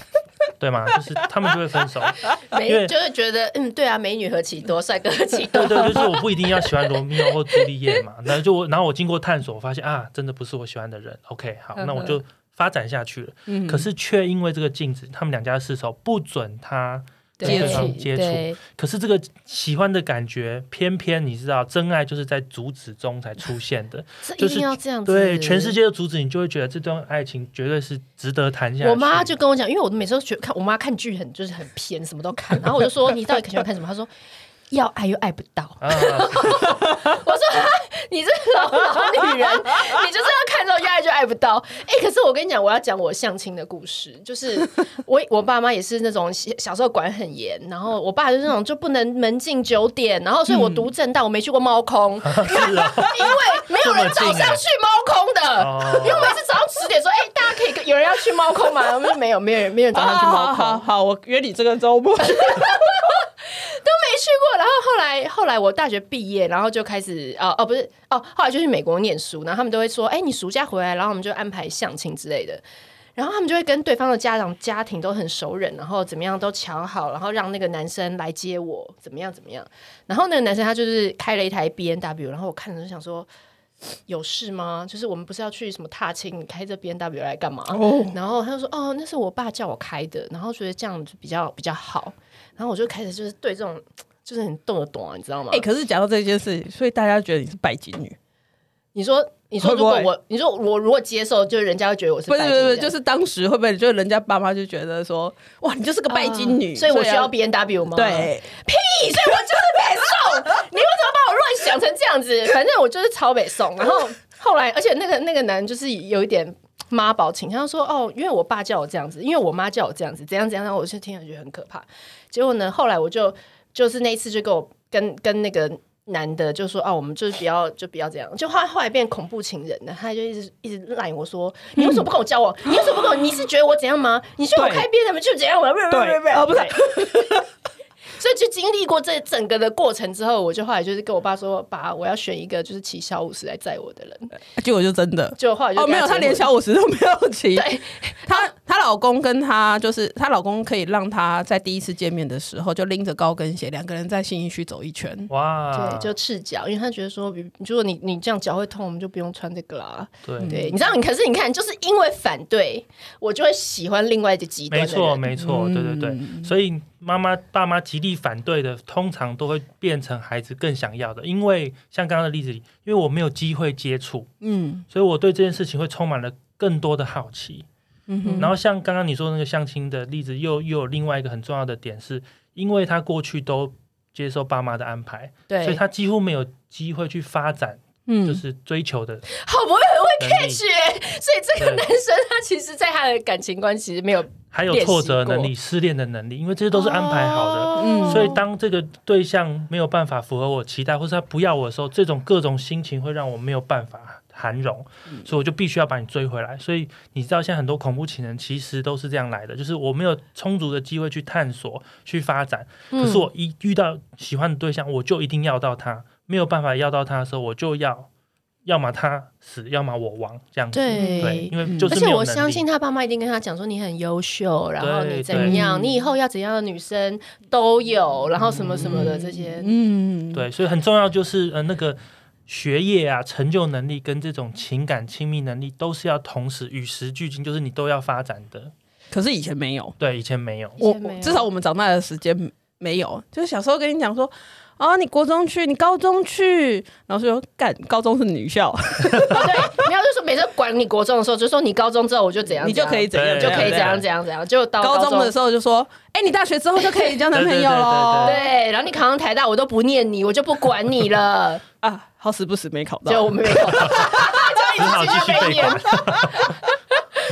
[SPEAKER 1] 对吗？就是他们就会分手。啊因为
[SPEAKER 2] 美就是觉得嗯，对啊，美女何其多，帅哥何其
[SPEAKER 1] 对
[SPEAKER 2] 多，
[SPEAKER 1] 对，就是我不一定要喜欢罗密欧或朱丽叶嘛，然后就我，然后我经过探索，我发现啊，真的不是我喜欢的人。OK，好，那我就发展下去了。可是却因为这个禁止，他们两家世仇不准他跟
[SPEAKER 3] 接
[SPEAKER 1] 对
[SPEAKER 3] 触
[SPEAKER 1] 方接触，
[SPEAKER 2] 对
[SPEAKER 1] 可是这个喜欢的感觉，偏偏你知道，真爱就是在阻止中才出现 的。
[SPEAKER 2] 这
[SPEAKER 1] 就
[SPEAKER 2] 一
[SPEAKER 1] 是
[SPEAKER 2] 定要这样子，
[SPEAKER 1] 对，全世。界的阻止，你就会觉得这段爱情绝对是值得谈下去。
[SPEAKER 2] 我妈就跟我讲，因为我每次都觉得看我妈看剧很就是很偏，什么都看，然后我 就说你到底喜欢看什么？她说要爱又爱不到。
[SPEAKER 1] 啊，
[SPEAKER 2] 我说哈你这个老老女人，你就是要看这种越爱就爱不到。哎、可是我跟你讲，我要讲我相亲的故事，就是我我爸妈也是那种小小时候管很严，然后我爸就是那种就不能门禁九点，然后所以
[SPEAKER 1] 嗯
[SPEAKER 2] 我读正大，我没去过猫 空，
[SPEAKER 1] 是啊，
[SPEAKER 2] 因为没有人早上去猫空的。
[SPEAKER 1] 哦
[SPEAKER 2] 因为我每次早上十点说，哎、大家可以跟有人要去猫空吗？ 我们说没有，没有人，没有人早上去猫空。
[SPEAKER 3] 好好好，我约你这个周末。
[SPEAKER 2] 没去过。然后后来后来我大学毕业，然后就开始哦哦不是哦，后来就去美国念书，然后他们都会说，哎，你暑假回来，然后我们就安排相亲之类的。然后他们就会跟对方的家长家庭都很熟人，然后怎么样都瞧好，然后让那个男生来接我，怎么样怎么样。然后那个男生他就是开了一台 B N W，然后我看着就想说，有事吗？就是我们不是要去什么踏青，你开这 B N W 来干嘛？
[SPEAKER 3] 哦，
[SPEAKER 2] 然后他就说：“哦，那是我爸叫我开的，然后觉得这样就比较比较好。”然后我就开始就是对这种就是很动的懂，你知道吗？
[SPEAKER 3] 哎、可是讲到这件事，所以大家觉得你是拜金女，
[SPEAKER 2] 你说你说
[SPEAKER 3] 会
[SPEAKER 2] 如
[SPEAKER 3] 不
[SPEAKER 2] 果
[SPEAKER 3] 会
[SPEAKER 2] 我你说我如果接受，就人嗯家会觉得我是
[SPEAKER 3] 不是
[SPEAKER 2] 拜
[SPEAKER 3] 不
[SPEAKER 2] 金
[SPEAKER 3] 是不
[SPEAKER 2] 这
[SPEAKER 3] 是，
[SPEAKER 2] 样
[SPEAKER 3] 就是当时会不会就人家爸妈就觉得说，哇，你就是个拜金女，
[SPEAKER 2] 啊所以我需要
[SPEAKER 3] 啊
[SPEAKER 2] B N W 吗？
[SPEAKER 3] 对，
[SPEAKER 2] 屁，所以我就是北宋。你为什么把我乱想成这样子？反正我就是超北宋。然后后来，而且那个那个男就是有一点妈宝情，他就说哦，因为我爸叫我这样子，因为我妈叫我这样子，怎样怎样，然后我就听了觉得很可怕。结果呢，后来我就就是那一次就跟我跟跟那个。男的就说哦，我们就是不要，就不要这样。就后来后来变恐怖情人了，他就一直一直赖我说，你为什么不跟我交往？你为什么不跟我？你是觉得我怎样吗？你说我
[SPEAKER 3] 对
[SPEAKER 2] 开边怎么就怎样？我
[SPEAKER 3] 对哦不是
[SPEAKER 2] 所以就经历过这整个的过程之后，我就后来就是跟我爸说，爸，我要选一个就是骑小五十来载我的人。
[SPEAKER 3] 结果就真的。
[SPEAKER 2] 就后来就
[SPEAKER 3] 哦，
[SPEAKER 2] 跟
[SPEAKER 3] 没有，
[SPEAKER 2] 结
[SPEAKER 3] 她
[SPEAKER 2] 婚
[SPEAKER 3] 连小五十都没有骑。
[SPEAKER 2] 对，
[SPEAKER 3] 她她老公跟她就是她老公可以让她在第一次见面的时候就拎着高跟鞋，两个人在信义区走一圈。
[SPEAKER 1] 哇，
[SPEAKER 2] 对，就赤脚，因为他觉得说，比如果你你这样脚会痛，我们就不用穿这个啦。
[SPEAKER 3] 嗯
[SPEAKER 1] 对
[SPEAKER 2] 对，你知道，你可是你看，就是因为反对，我就会喜欢另外一个极端
[SPEAKER 1] 没
[SPEAKER 2] 的人。
[SPEAKER 1] 错，没
[SPEAKER 2] 嗯
[SPEAKER 1] 错，对对对，所以妈妈、爸妈极力反对的，通常都会变成孩子更想要的，因为像刚刚的例子里，因为我没有机会接触，
[SPEAKER 3] 嗯
[SPEAKER 1] 所以我对这件事情会充满了更多的好奇。
[SPEAKER 3] 嗯
[SPEAKER 2] 哼
[SPEAKER 1] 然后像刚刚你说的那个相亲的例子，又又有另外一个很重要的点是，因为他过去都接受爸妈的安排，所以
[SPEAKER 2] 对，
[SPEAKER 1] 他几乎没有机会去发展，
[SPEAKER 3] 嗯
[SPEAKER 1] 就是追求的
[SPEAKER 2] 好不会
[SPEAKER 1] 能
[SPEAKER 2] 很会
[SPEAKER 1] 力
[SPEAKER 2] catch，欸所以这个
[SPEAKER 1] 对
[SPEAKER 2] 男生他其实在他的感情观其实没有
[SPEAKER 1] 还有
[SPEAKER 2] 练习
[SPEAKER 1] 挫折能
[SPEAKER 2] 过
[SPEAKER 1] 力、失恋的能力，因为这些都是安排好的。
[SPEAKER 2] 哦
[SPEAKER 3] 嗯
[SPEAKER 1] 所以当这个对象没有办法符合我期待，或是他不要我的时候，这种各种心情会让我没有办法涵容，
[SPEAKER 2] 嗯
[SPEAKER 1] 所以我就必须要把你追回来。所以你知道，现在很多恐怖情人其实都是这样来的，就是我没有充足的机会去探索、去发展，可
[SPEAKER 2] 嗯
[SPEAKER 1] 是我一遇到喜欢的对象，我就一定要到他，没有办法要到他的时候，我就要。要么他死，要么我亡，这样子。
[SPEAKER 2] 对
[SPEAKER 1] 因为就
[SPEAKER 2] 而
[SPEAKER 1] 是
[SPEAKER 2] 且
[SPEAKER 1] 没有
[SPEAKER 2] 我
[SPEAKER 1] 能
[SPEAKER 2] 相
[SPEAKER 1] 力
[SPEAKER 2] 信他爸妈一定跟他讲说你很优秀，然后你
[SPEAKER 1] 对
[SPEAKER 2] 怎样，
[SPEAKER 3] 对
[SPEAKER 2] 你以后要怎样的女生都有，然后什么什么的这些。
[SPEAKER 3] 嗯，
[SPEAKER 1] 对，所以很重要就是呃那个学业啊、成就能力跟这种情感亲密能力都是要同时与时俱进，就是你都要发展的。
[SPEAKER 3] 可是以前没有，
[SPEAKER 1] 对，以前没有。
[SPEAKER 2] 以
[SPEAKER 3] 我
[SPEAKER 2] 前没有
[SPEAKER 3] 我至少我们长大的时间没有，就是小时候跟你讲说。啊，你国中去，你高中去，然后说干，高中是女校，
[SPEAKER 2] 对，没有就说每次管你国中的时候，就说你高中之后我就怎样，
[SPEAKER 3] 你就可以
[SPEAKER 2] 怎
[SPEAKER 3] 怎样，
[SPEAKER 1] 对
[SPEAKER 2] 样就可以
[SPEAKER 1] 对啊
[SPEAKER 2] 怎样怎样怎样，就到
[SPEAKER 3] 高中
[SPEAKER 2] 中
[SPEAKER 3] 的时候就说，哎、你大学之后就可 以交男朋友喽。
[SPEAKER 2] 对，然后你考上台大，我都不念你，我就不管 你了。
[SPEAKER 3] 啊，好死不死没考
[SPEAKER 2] 就
[SPEAKER 3] 到。
[SPEAKER 2] 我们没考到，
[SPEAKER 1] 只好
[SPEAKER 2] 就一
[SPEAKER 1] 继
[SPEAKER 2] 直
[SPEAKER 1] 续
[SPEAKER 2] 被
[SPEAKER 1] 被
[SPEAKER 2] 念
[SPEAKER 1] 管。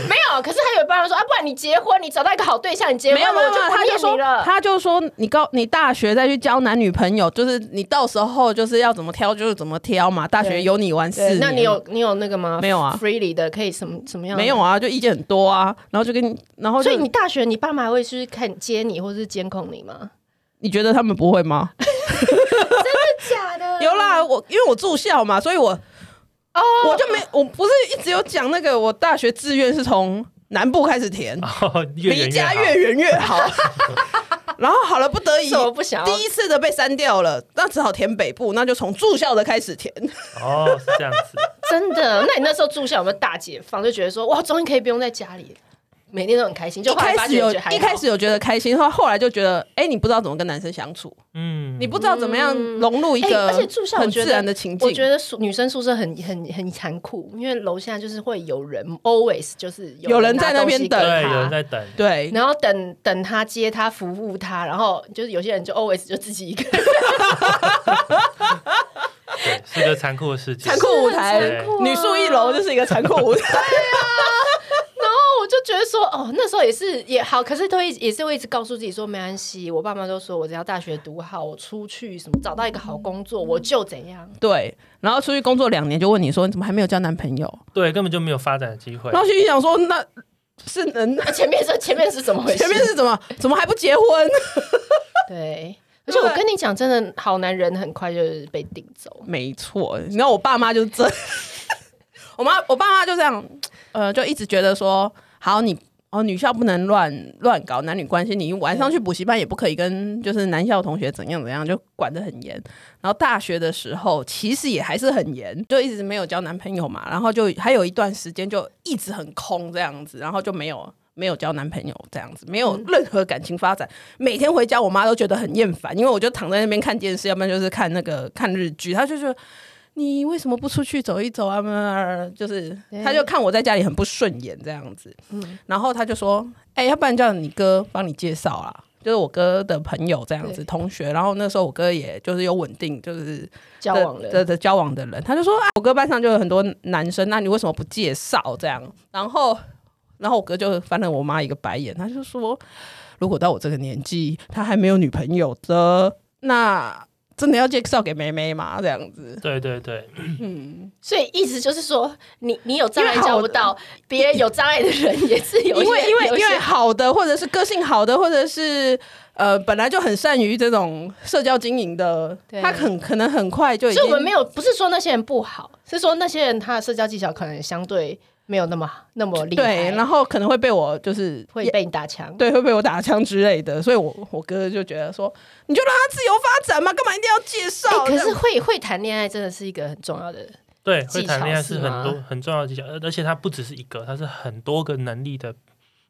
[SPEAKER 2] 没有。可是还有一帮人说啊，不然你结婚，你找到一个好对象，你结
[SPEAKER 3] 没
[SPEAKER 2] 婚了
[SPEAKER 3] 有没
[SPEAKER 2] 我
[SPEAKER 3] 有，
[SPEAKER 2] 就不
[SPEAKER 3] 他就
[SPEAKER 2] 念
[SPEAKER 3] 说
[SPEAKER 2] 你了。
[SPEAKER 3] 他就说你高你大学再去交男女朋友，就是你到时候就是要怎么挑就是怎么挑嘛。大学有你玩四
[SPEAKER 2] 对
[SPEAKER 3] 年，
[SPEAKER 2] 那你有你有那个吗？
[SPEAKER 3] 没有啊
[SPEAKER 2] freely 的可以什么什么样的？
[SPEAKER 3] 没有啊？就意见很多啊，然后就跟然后就
[SPEAKER 2] 所以你大学，你爸妈会去看接你，或是监控你吗？
[SPEAKER 3] 你觉得他们不会吗？
[SPEAKER 2] 假的
[SPEAKER 3] 有啦，我因为我住校嘛，所以我
[SPEAKER 2] 嗯哦
[SPEAKER 3] 我就没我不是一直有讲那个我大学志愿是从南部开始填，
[SPEAKER 1] 哦，越
[SPEAKER 3] 离
[SPEAKER 1] 远
[SPEAKER 3] 家
[SPEAKER 1] 好
[SPEAKER 3] 越远越 好。然后好了，不得已
[SPEAKER 2] 是我不想要
[SPEAKER 3] 第一次的被删掉了，那只好填北部，那就从住校的开始填。
[SPEAKER 1] 哦，是这样子。
[SPEAKER 2] 真的。那你那时候住校有没有大解放？就觉得说哇，终于可以不用在家里，每天都很开心。就
[SPEAKER 3] 一
[SPEAKER 2] 后来
[SPEAKER 3] 开
[SPEAKER 2] 发
[SPEAKER 3] 始
[SPEAKER 2] 觉
[SPEAKER 3] 有
[SPEAKER 2] 觉得还好
[SPEAKER 3] 一开始有觉得开心，后后来就觉得，哎、你不知道怎么跟男生相处，
[SPEAKER 1] 嗯，
[SPEAKER 3] 你不知道怎么样融入一
[SPEAKER 2] 哎
[SPEAKER 3] 个
[SPEAKER 2] 而且住校我
[SPEAKER 3] 很
[SPEAKER 2] 觉
[SPEAKER 3] 自
[SPEAKER 2] 得
[SPEAKER 3] 然的情境。
[SPEAKER 2] 我觉得宿女生宿舍很很很残酷，因为楼下就是会有人 always 就是
[SPEAKER 3] 有人
[SPEAKER 2] 人
[SPEAKER 3] 在那边等
[SPEAKER 1] 对，有人
[SPEAKER 2] 他，
[SPEAKER 1] 在等。
[SPEAKER 3] 对，
[SPEAKER 2] 然后等等他接他服务他，然后就是有些人就 always 就自己一个人。
[SPEAKER 1] 是个残酷的世界
[SPEAKER 3] 残。 酷舞台
[SPEAKER 1] 是很残酷，
[SPEAKER 2] 啊
[SPEAKER 3] 女宿一楼就是一个残酷舞台。
[SPEAKER 2] 哦，我就觉得说，哦，那时候也是也好，可是都一也是会一直告诉自己说，没关系。我爸妈都说我只要大学读好，我出去什么找到一个好工作，我就怎样。
[SPEAKER 3] 对，然后出去工作两年，就问你说你怎么还没有交男朋友？
[SPEAKER 1] 对，根本就没有发展的机会
[SPEAKER 3] 然。后心里想说，那是能
[SPEAKER 2] 啊、前面是前面是怎么回事？
[SPEAKER 3] 前面是怎么怎么还不结婚？
[SPEAKER 2] 对，而且我跟你讲，真的好男人很快就是被顶走。
[SPEAKER 3] 没错，你知道我爸妈就是这， 我妈我爸妈就这样，呃，就一直觉得说，好你。哦，女校不能乱乱搞男女关系，你晚上去补习班也不可以跟就是男校同学怎样怎样，就管得很严。然后大学的时候其实也还是很严，就一直没有交男朋友嘛，然后就还有一段时间就一直很空这样子，然后就没有没有交男朋友这样子，没有任何感情发展。每天回家，我妈都觉得很厌烦，因为我就躺在那边看电视，要不然就是看那个看日剧，她就说。你为什么不出去走一走啊？妈就是，
[SPEAKER 2] 对
[SPEAKER 3] 她就看我在家里很不顺眼这样子，然后她就说：“哎、要不然叫你哥帮你介绍啦，就是我哥的朋友这样子，
[SPEAKER 2] 对
[SPEAKER 3] 同学。”然后那时候我哥也就是有稳定，就是
[SPEAKER 2] 交往了，
[SPEAKER 3] 的的的交往的人，他就说啊，我哥班上就有很多男生，那你为什么不介绍这样？然后，然后我哥就翻了我妈一个白眼，他就说，如果到我这个年纪，他还没有女朋友的，那真的要介绍给妹妹吗？这样子，
[SPEAKER 1] 对对对，
[SPEAKER 2] 所以意思就是说，你你有障碍
[SPEAKER 3] 因为好
[SPEAKER 2] 交不到，别人有障碍的人也是
[SPEAKER 3] 因
[SPEAKER 2] 有一些，
[SPEAKER 3] 为因为
[SPEAKER 2] 有一
[SPEAKER 3] 因
[SPEAKER 2] 些
[SPEAKER 3] 为好的，或者是个性好的，或者是。呃，本来就很善于这种社交经营的，
[SPEAKER 2] 对
[SPEAKER 3] 他很可能很快就已
[SPEAKER 2] 所
[SPEAKER 3] 经
[SPEAKER 2] 以我们没有不是说那些人不好，是说那些人他的社交技巧可能相对没有那么那么厉害，
[SPEAKER 3] 对，然后可能会被我就是
[SPEAKER 2] 会被你打枪。
[SPEAKER 3] 对，会被我打枪之类的，所以我我哥就觉得说，你就让他自由发展嘛，干嘛一定要介
[SPEAKER 2] 哎、
[SPEAKER 3] 绍？
[SPEAKER 2] 可
[SPEAKER 3] 这
[SPEAKER 2] 是
[SPEAKER 3] 样
[SPEAKER 2] 会会谈恋爱真的是一个很重要的，
[SPEAKER 1] 对，
[SPEAKER 2] 技
[SPEAKER 1] 会谈
[SPEAKER 2] 巧
[SPEAKER 1] 恋爱
[SPEAKER 2] 是
[SPEAKER 1] 是很多
[SPEAKER 2] 吗
[SPEAKER 1] 很重要的技巧，而而且它不只是一个，它是很多个能力的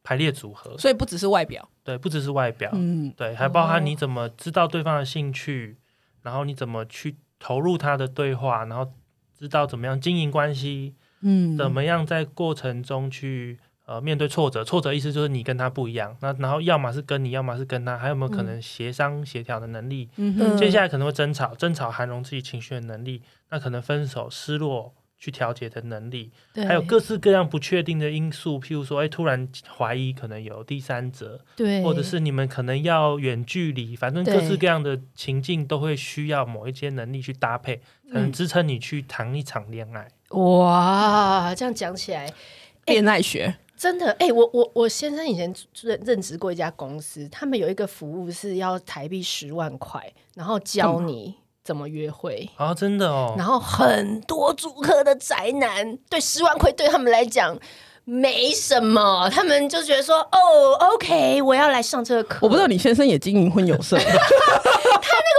[SPEAKER 1] 排列组合。
[SPEAKER 3] 所以不只是外表，
[SPEAKER 1] 对，不只是外表，
[SPEAKER 3] 嗯，
[SPEAKER 1] 对，还包
[SPEAKER 2] 哦
[SPEAKER 1] 含你怎么知道对方的兴趣，然后你怎么去投入他的对话，然后知道怎么样经营关系，
[SPEAKER 3] 嗯
[SPEAKER 1] 怎么样在过程中去呃面对挫折。挫折意思就是你跟他不一样，那然后要么是跟你，要么是跟他，还有没有可能协商协调的能力？
[SPEAKER 2] 嗯
[SPEAKER 1] 接下来可能会争吵，争吵涵容自己情绪的能力，那可能分手、失落。去调节的能力，
[SPEAKER 2] 对
[SPEAKER 1] 还有各式各样不确定的因素，譬如说，哎，突然怀疑可能有第三者，
[SPEAKER 2] 对，
[SPEAKER 1] 或者是你们可能要远距离，反正
[SPEAKER 2] 对
[SPEAKER 1] 各式各样的情境都会需要某一些能力去搭配，才
[SPEAKER 2] 嗯
[SPEAKER 1] 能支撑你去谈一场恋爱。
[SPEAKER 2] 哇，这样讲起来
[SPEAKER 3] 恋爱学，
[SPEAKER 2] 真的，哎、我我我先生以前任任职过一家公司，他们有一个服务是要台币十万块，然后教你怎么约会。
[SPEAKER 1] 哦，真的哦，
[SPEAKER 2] 然后很多主客的宅男对十万块对他们来讲没什么，他们就觉得说哦，OK，我要来上这个课。
[SPEAKER 3] 我不知道你先生也经营婚 友社，
[SPEAKER 2] 这个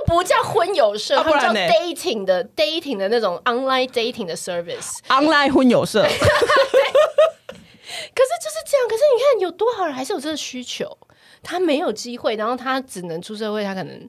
[SPEAKER 2] 不叫婚友社，
[SPEAKER 3] 啊
[SPEAKER 2] 他们叫
[SPEAKER 3] 不然呢
[SPEAKER 2] dating 的 dating 的那种 online dating 的 service。
[SPEAKER 3] online 婚 友社，
[SPEAKER 2] 可是就是这样，可是你看有多少人还是有这个需求，他没有机会，然后他只能出社会，他可能。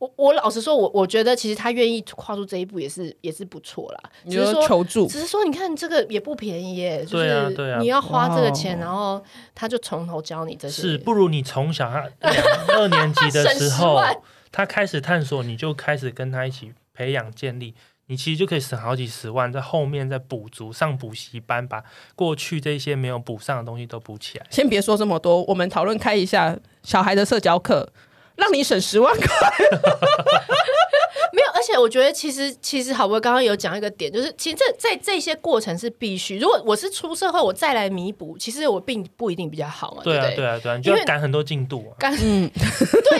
[SPEAKER 2] 我我老实说，我我觉得其实他愿意跨出这一步也是也是不错啦。
[SPEAKER 3] 你
[SPEAKER 2] 只是
[SPEAKER 3] 说
[SPEAKER 2] 说
[SPEAKER 3] 求助，
[SPEAKER 2] 只是说，你看这个也不便宜耶，就
[SPEAKER 1] 对啊
[SPEAKER 2] 是
[SPEAKER 1] 对啊
[SPEAKER 2] 你要花这个
[SPEAKER 3] 哦
[SPEAKER 2] 钱，然后他就从头教你这些，
[SPEAKER 1] 是不如你从小他两二年级的时
[SPEAKER 2] 省十
[SPEAKER 1] 候
[SPEAKER 2] 万，
[SPEAKER 1] 他开始探索，你就开始跟他一起培养建立。你其实就可以省好几十万，在后面再补足上补习班，把过去这些没有补上的东西都补起来。
[SPEAKER 3] 先别说这么多，我们讨论开一下小孩的社交课，让你省十万块，
[SPEAKER 2] 没有。而且我觉得其实其实好不，刚刚有讲一个点，就是其实这在这些过程是必须。如果我是出社会，我再来弥补，其实我并不一定比较好嘛，
[SPEAKER 1] 对
[SPEAKER 2] 不
[SPEAKER 1] 啊，
[SPEAKER 2] 对？
[SPEAKER 1] 对啊，对啊，你
[SPEAKER 2] 因
[SPEAKER 1] 就
[SPEAKER 2] 为
[SPEAKER 1] 要赶很多进度、啊。
[SPEAKER 2] 对，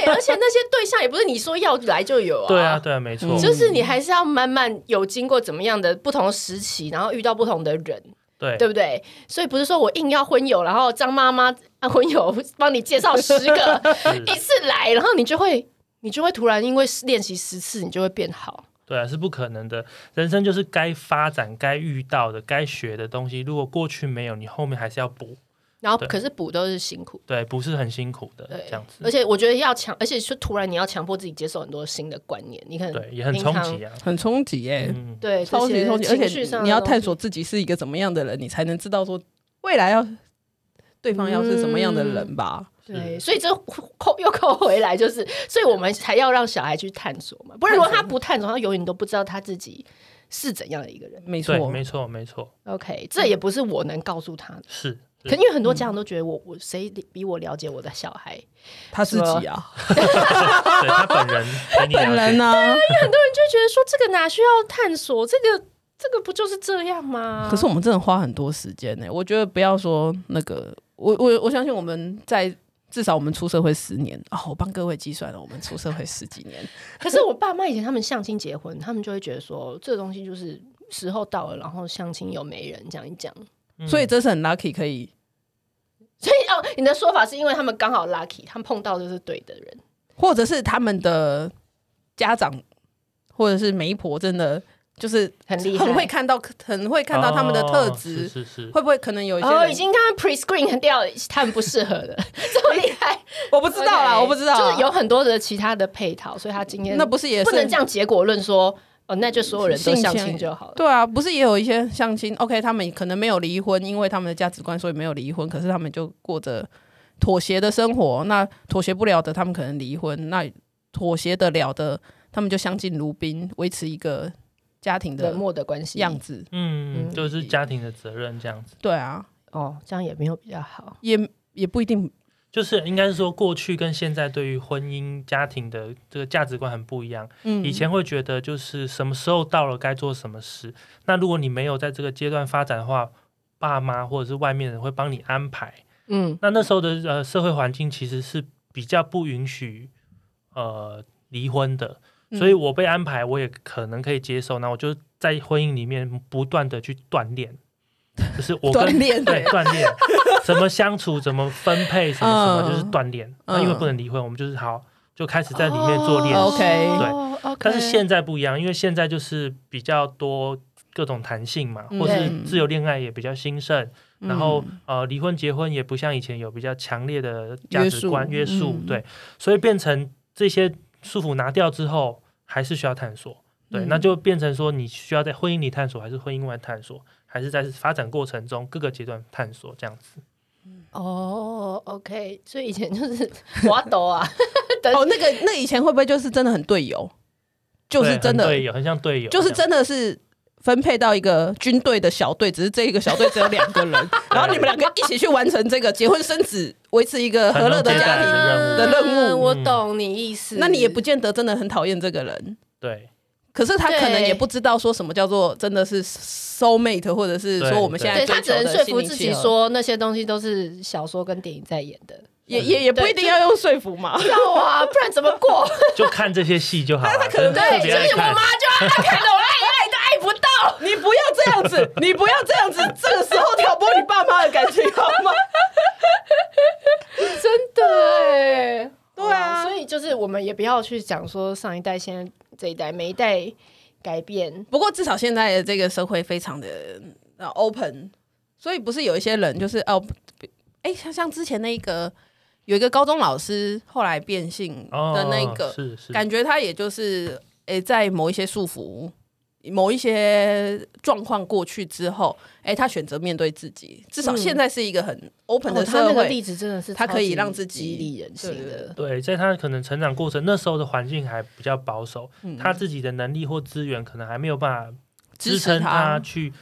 [SPEAKER 2] 而且那些对象也不是你说要来就有啊，
[SPEAKER 1] 对啊，。对啊，没错。
[SPEAKER 2] 就是你还是要慢慢有经过怎么样的不同的时期，然后遇到不同的人，
[SPEAKER 1] 对
[SPEAKER 2] 对不对？所以不是说我硬要婚友，然后张妈妈啊婚友帮你介绍十 个
[SPEAKER 1] 是
[SPEAKER 2] 一次来，然后你就会你就会突然因为练习十次，你就会变好。
[SPEAKER 1] 对啊，是不可能的。人生就是该发展、该遇到的、该学的东西。如果过去没有，你后面还是要补。
[SPEAKER 2] 然后
[SPEAKER 1] 对
[SPEAKER 2] 可是补都是辛苦，
[SPEAKER 1] 对，不是很辛苦的
[SPEAKER 2] 对
[SPEAKER 1] 这样，子。
[SPEAKER 2] 而且我觉得要强，而且就突然你要强迫自己接受很多新的观念，你可能
[SPEAKER 1] 对，也很
[SPEAKER 2] 平
[SPEAKER 1] 冲
[SPEAKER 2] 常
[SPEAKER 1] 击啊。
[SPEAKER 3] 很冲击耶，
[SPEAKER 1] 嗯，
[SPEAKER 2] 对
[SPEAKER 3] 超级冲
[SPEAKER 2] 这
[SPEAKER 3] 击，
[SPEAKER 2] 些情
[SPEAKER 3] 而
[SPEAKER 2] 绪上
[SPEAKER 3] 且
[SPEAKER 2] 的
[SPEAKER 3] 你要
[SPEAKER 2] 东
[SPEAKER 3] 探
[SPEAKER 2] 西
[SPEAKER 3] 索自己是一个怎么样的人，你才能知道说未来要对方要是什么
[SPEAKER 2] 嗯
[SPEAKER 3] 样的人吧。
[SPEAKER 2] 对，所以这扣又扣回来，就是，所以我们才要让小孩去探索嘛，不然如果他不探索，他永远都不知道他自己是怎样的一个人。
[SPEAKER 3] 没错
[SPEAKER 1] 对，，没错，没错，
[SPEAKER 2] OK，这也不是我能告诉他的。
[SPEAKER 1] 是。
[SPEAKER 2] 可因为很多家长都觉得我我谁比我了解我的小孩，
[SPEAKER 3] 他自己啊，
[SPEAKER 1] 对他本 人跟你
[SPEAKER 3] 本
[SPEAKER 1] 了解
[SPEAKER 3] 人啊呢？
[SPEAKER 2] 很多人就觉得说这个哪需要探索，这个这个不就是这样吗？
[SPEAKER 3] 可是我们真的花很多时间呢、我觉得不要说那个，我我我相信我们在至少我们出社会十年哦，我帮各位计算了，我们出社会十几年，
[SPEAKER 2] 可是我爸妈以前他们相亲结婚，他们就会觉得说这个东西就是时候到了，然后相亲有媒人这样一讲。
[SPEAKER 1] 嗯
[SPEAKER 3] 所以这是很 lucky 可以
[SPEAKER 2] 所以哦，你的说法是因为他们刚好 lucky，他们碰到就是对的人。
[SPEAKER 3] 或者是他们的家长或者是媒婆真的就是
[SPEAKER 2] 很厉害
[SPEAKER 3] 很会看到，很会看到他们的特质，
[SPEAKER 1] 哦是是是，
[SPEAKER 3] 会不会可能有一些人、
[SPEAKER 2] 哦，已经刚刚 pre screen 掉他们不适合的，这么厉害？
[SPEAKER 3] 我不知道啦
[SPEAKER 2] OK，
[SPEAKER 3] 我不知道，啊
[SPEAKER 2] 就是有很多的其他的配套，所以他今天
[SPEAKER 3] 那不是也是
[SPEAKER 2] 不能这样结果论说，哦，那就所有人都
[SPEAKER 3] 性
[SPEAKER 2] 相
[SPEAKER 3] 向
[SPEAKER 2] 亲就好了。
[SPEAKER 3] 对啊，不是也有一些相亲，OK，他们可能没有离婚，因为他们的价值观，所以没有离婚，可是他们就过着妥协的生活。那妥协不了的，他们可能离婚；那妥协得了的，他们就相敬如宾，维持一个家庭
[SPEAKER 2] 冷
[SPEAKER 3] 的
[SPEAKER 2] 漠的关系
[SPEAKER 3] 样子。
[SPEAKER 1] 嗯，
[SPEAKER 2] 嗯
[SPEAKER 1] 就是家庭的责任这样子，
[SPEAKER 3] 对啊，
[SPEAKER 2] 哦，这样也没有比较好。
[SPEAKER 3] 也也不一定。
[SPEAKER 1] 就是应该是说过去跟现在对于婚姻家庭的这个价值观很不一样。
[SPEAKER 3] 嗯，
[SPEAKER 1] 以前会觉得就是什么时候到了该做什么事，那如果你没有在这个阶段发展的话，爸妈或者是外面人会帮你安排。
[SPEAKER 2] 嗯，
[SPEAKER 1] 那那时候的呃社会环境其实是比较不允许呃离婚的，
[SPEAKER 3] 嗯
[SPEAKER 1] 所以我被安排，我也可能可以接受。那我就在婚姻里面不断的去锻炼，就是我跟
[SPEAKER 3] 锻炼
[SPEAKER 1] 对锻炼怎么相处，怎么分配，什么什么，
[SPEAKER 3] 嗯
[SPEAKER 1] 就是锻炼。
[SPEAKER 3] 嗯
[SPEAKER 1] 那因为不能离婚，我们就是好就开始在里面做练习。
[SPEAKER 3] 哦 OK
[SPEAKER 2] 对
[SPEAKER 1] 但是现在不一样，因为现在就是比较多各种弹性嘛，
[SPEAKER 3] 嗯
[SPEAKER 1] 或是
[SPEAKER 3] 对
[SPEAKER 1] 自由恋爱也比较兴盛，然后
[SPEAKER 3] 嗯
[SPEAKER 1] 呃，离婚结婚也不像以前有比较强烈的价值观
[SPEAKER 3] 约
[SPEAKER 1] 约
[SPEAKER 3] 束
[SPEAKER 1] 束
[SPEAKER 3] 嗯，
[SPEAKER 1] 对，所以变成这些束缚拿掉之后，还是需要探索，对，
[SPEAKER 3] 嗯
[SPEAKER 1] 那就变成说你需要在婚姻里探索，还是婚姻外探索，还是在发展过程中各个阶段探索这样子。
[SPEAKER 2] 哦，OK，所以以前就是滑斗啊，等
[SPEAKER 3] 哦，那个那以前会不会就是真的很队友，就是
[SPEAKER 1] 对
[SPEAKER 3] 真的
[SPEAKER 1] 很队友，很像队友这
[SPEAKER 3] 就
[SPEAKER 1] 样，
[SPEAKER 3] 是真的是分配到一个军队的小队，只是这一个小队只有两个人， 然后你们两个一起去完成这个结婚生子，维持一个和乐的家
[SPEAKER 1] 很
[SPEAKER 3] 庭
[SPEAKER 1] 能。任务
[SPEAKER 3] 的任务
[SPEAKER 2] 我懂你意思。
[SPEAKER 3] 那你也不见得真的很讨厌这个人，
[SPEAKER 1] 对，
[SPEAKER 3] 可是他可能
[SPEAKER 2] 对
[SPEAKER 3] 也不知道说什么叫做真的是 soul mate，或者是
[SPEAKER 1] 对
[SPEAKER 3] 说我们现在
[SPEAKER 2] 对
[SPEAKER 3] 追
[SPEAKER 2] 他
[SPEAKER 3] 求
[SPEAKER 2] 只能
[SPEAKER 3] 的
[SPEAKER 2] 说
[SPEAKER 3] 心
[SPEAKER 2] 服
[SPEAKER 3] 灵
[SPEAKER 2] 自
[SPEAKER 3] 契
[SPEAKER 2] 己
[SPEAKER 3] 合，
[SPEAKER 2] 说那些东西都是小说跟电影在演的，
[SPEAKER 3] 也也也不一定要用说服嘛。
[SPEAKER 2] 要啊，不然怎么过？
[SPEAKER 1] 就看这些戏就好了。
[SPEAKER 3] 可
[SPEAKER 1] 真
[SPEAKER 3] 能
[SPEAKER 1] 的
[SPEAKER 2] 对，
[SPEAKER 1] 特
[SPEAKER 2] 所
[SPEAKER 1] 别爱
[SPEAKER 2] 以我
[SPEAKER 1] 看
[SPEAKER 2] 妈就要爱看我爱爱都爱不到。
[SPEAKER 3] 你不要这样子，你不要这样子，这个时候挑拨你爸妈的感情好吗？
[SPEAKER 2] 真的哎，
[SPEAKER 3] 对啊
[SPEAKER 2] 哇所以就是我们也不要去讲说上一代、现在这一代，每一代改变。
[SPEAKER 3] 不过至少现在的这个社会非常的呃 open，所以不是有一些人就是哦，哎、像像之前那个有一个高中老师后来变性
[SPEAKER 1] 哦
[SPEAKER 3] 的那个，
[SPEAKER 1] 是是
[SPEAKER 3] 感觉他也就是哎、诶在某一些束缚、某一些状况过去之后，哎、他选择面对自己，至少
[SPEAKER 2] 嗯
[SPEAKER 3] 现在是一个很 open 的
[SPEAKER 2] 哦他那
[SPEAKER 3] 社
[SPEAKER 2] 个
[SPEAKER 3] 会。
[SPEAKER 2] 例子真的是
[SPEAKER 3] 他可以
[SPEAKER 2] 超级
[SPEAKER 3] 让自
[SPEAKER 2] 激
[SPEAKER 3] 己
[SPEAKER 2] 励人心
[SPEAKER 3] 对对
[SPEAKER 2] 的。
[SPEAKER 1] 对，在他可能成长过程那时候的环境还比较保守，
[SPEAKER 3] 嗯
[SPEAKER 1] 他自己的能力或资源可能还没有办法
[SPEAKER 3] 支
[SPEAKER 1] 支
[SPEAKER 3] 持
[SPEAKER 1] 撑
[SPEAKER 3] 他
[SPEAKER 1] 他去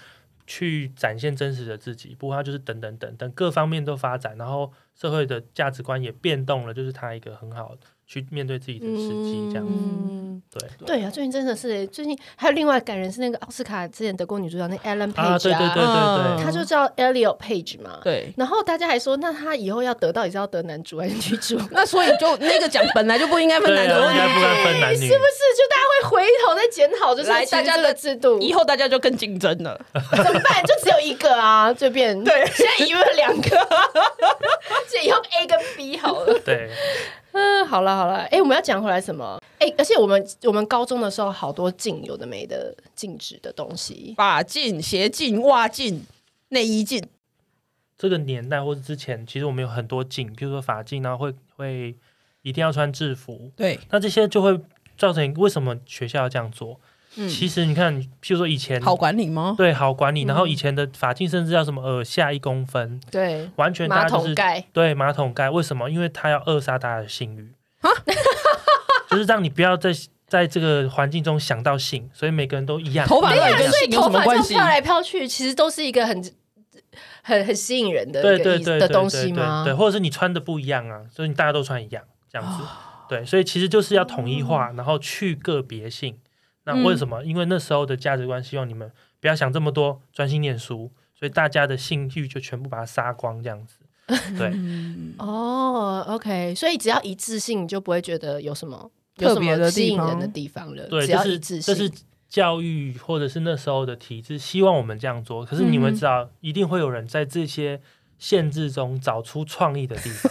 [SPEAKER 1] 去展现真实的自己。不过他就是等等等等各方面都发展，然后社会的价值观也变动了，就是他一个很好去面对自己的时机。这样、
[SPEAKER 2] 嗯，
[SPEAKER 1] 对
[SPEAKER 2] 对啊，最近真的是耶，最近还有另外感人是那个奥斯卡之前得过女主角那 Ellen Page
[SPEAKER 1] 啊，对对对对
[SPEAKER 3] 嗯
[SPEAKER 1] 对，
[SPEAKER 2] 她就叫 Elliot Page 嘛。
[SPEAKER 3] 对，
[SPEAKER 2] 然后大家还说，那她以后要得到底是要得男主还是女主？
[SPEAKER 3] 那所以就那个奖本来就不应该分
[SPEAKER 1] 对
[SPEAKER 3] 男
[SPEAKER 1] 啊，应该
[SPEAKER 3] 女，
[SPEAKER 1] 不该分男女
[SPEAKER 2] 是。不是？就大家会回头再检讨，就是
[SPEAKER 3] 来
[SPEAKER 2] 其实
[SPEAKER 3] 大家
[SPEAKER 2] 这个
[SPEAKER 3] 的
[SPEAKER 2] 制度
[SPEAKER 3] 以后大家就更竞争了。
[SPEAKER 2] 怎么办？就只有一个啊，这边
[SPEAKER 3] 对
[SPEAKER 2] 现在一个两 个，所以以后 A 跟 B 好了。
[SPEAKER 1] 对，
[SPEAKER 2] 嗯，好了好了，哎、我们要讲回来什么？哎、而且我们我们高中的时候好多禁有的没的禁止的东西，
[SPEAKER 3] 发镜、鞋镜、袜镜、内衣镜，
[SPEAKER 1] 这个年代或是之前，其实我们有很多禁，比如说法禁，然后会会一定要穿制服，
[SPEAKER 3] 对，
[SPEAKER 1] 那这些就会造成为什么学校要这样做？
[SPEAKER 3] 嗯
[SPEAKER 1] 其实你看，譬如说以前
[SPEAKER 3] 好管理吗？
[SPEAKER 1] 对好管理，
[SPEAKER 2] 嗯
[SPEAKER 1] 然后以前的法禁甚至要什么耳下一公分，
[SPEAKER 2] 对，
[SPEAKER 1] 完全大
[SPEAKER 2] 马
[SPEAKER 1] 家就
[SPEAKER 2] 桶
[SPEAKER 1] 是
[SPEAKER 2] 盖。
[SPEAKER 1] 对马 桶盖，为什么？因为他要扼杀大家的性欲，就是让你不要再在这个环境中想到性，所以每个人都一样。
[SPEAKER 4] 头发到底跟
[SPEAKER 2] 哎所以
[SPEAKER 4] 性有什么
[SPEAKER 2] 头发这
[SPEAKER 4] 关
[SPEAKER 2] 样
[SPEAKER 4] 系？
[SPEAKER 2] 飘来飘去，其实都是一个很很很吸引人的
[SPEAKER 1] 对
[SPEAKER 2] 一
[SPEAKER 1] 对
[SPEAKER 2] 个意
[SPEAKER 1] 对对
[SPEAKER 2] 的东
[SPEAKER 1] 对
[SPEAKER 2] 西
[SPEAKER 1] 对
[SPEAKER 2] 吗
[SPEAKER 1] 对，？或者是你穿的不一样啊，所以你大家都穿一样这样子。
[SPEAKER 2] 哦
[SPEAKER 1] 对，所以其实就是要统一化，然后去个别性。那为
[SPEAKER 2] 嗯
[SPEAKER 1] 什么？因为那时候的价值观希望你们不要想这么多，专心念书，所以大家的性欲就全部把它杀光这样子。对，
[SPEAKER 2] 哦，OK，所以只要一致性，你就不会觉得有什么有
[SPEAKER 4] 特
[SPEAKER 2] 什
[SPEAKER 4] 别
[SPEAKER 2] 么
[SPEAKER 4] 的
[SPEAKER 2] 吸
[SPEAKER 4] 地
[SPEAKER 2] 引人
[SPEAKER 4] 方
[SPEAKER 2] 的地方了。
[SPEAKER 1] 对，
[SPEAKER 2] 只
[SPEAKER 1] 这
[SPEAKER 2] 要
[SPEAKER 1] 是
[SPEAKER 2] 一致
[SPEAKER 1] 这
[SPEAKER 2] 性，
[SPEAKER 1] 是教育或者是那时候的体制希望我们这样做。可是你
[SPEAKER 2] 嗯
[SPEAKER 1] 们知道，一定会有人在这些限制中找出创意的地方。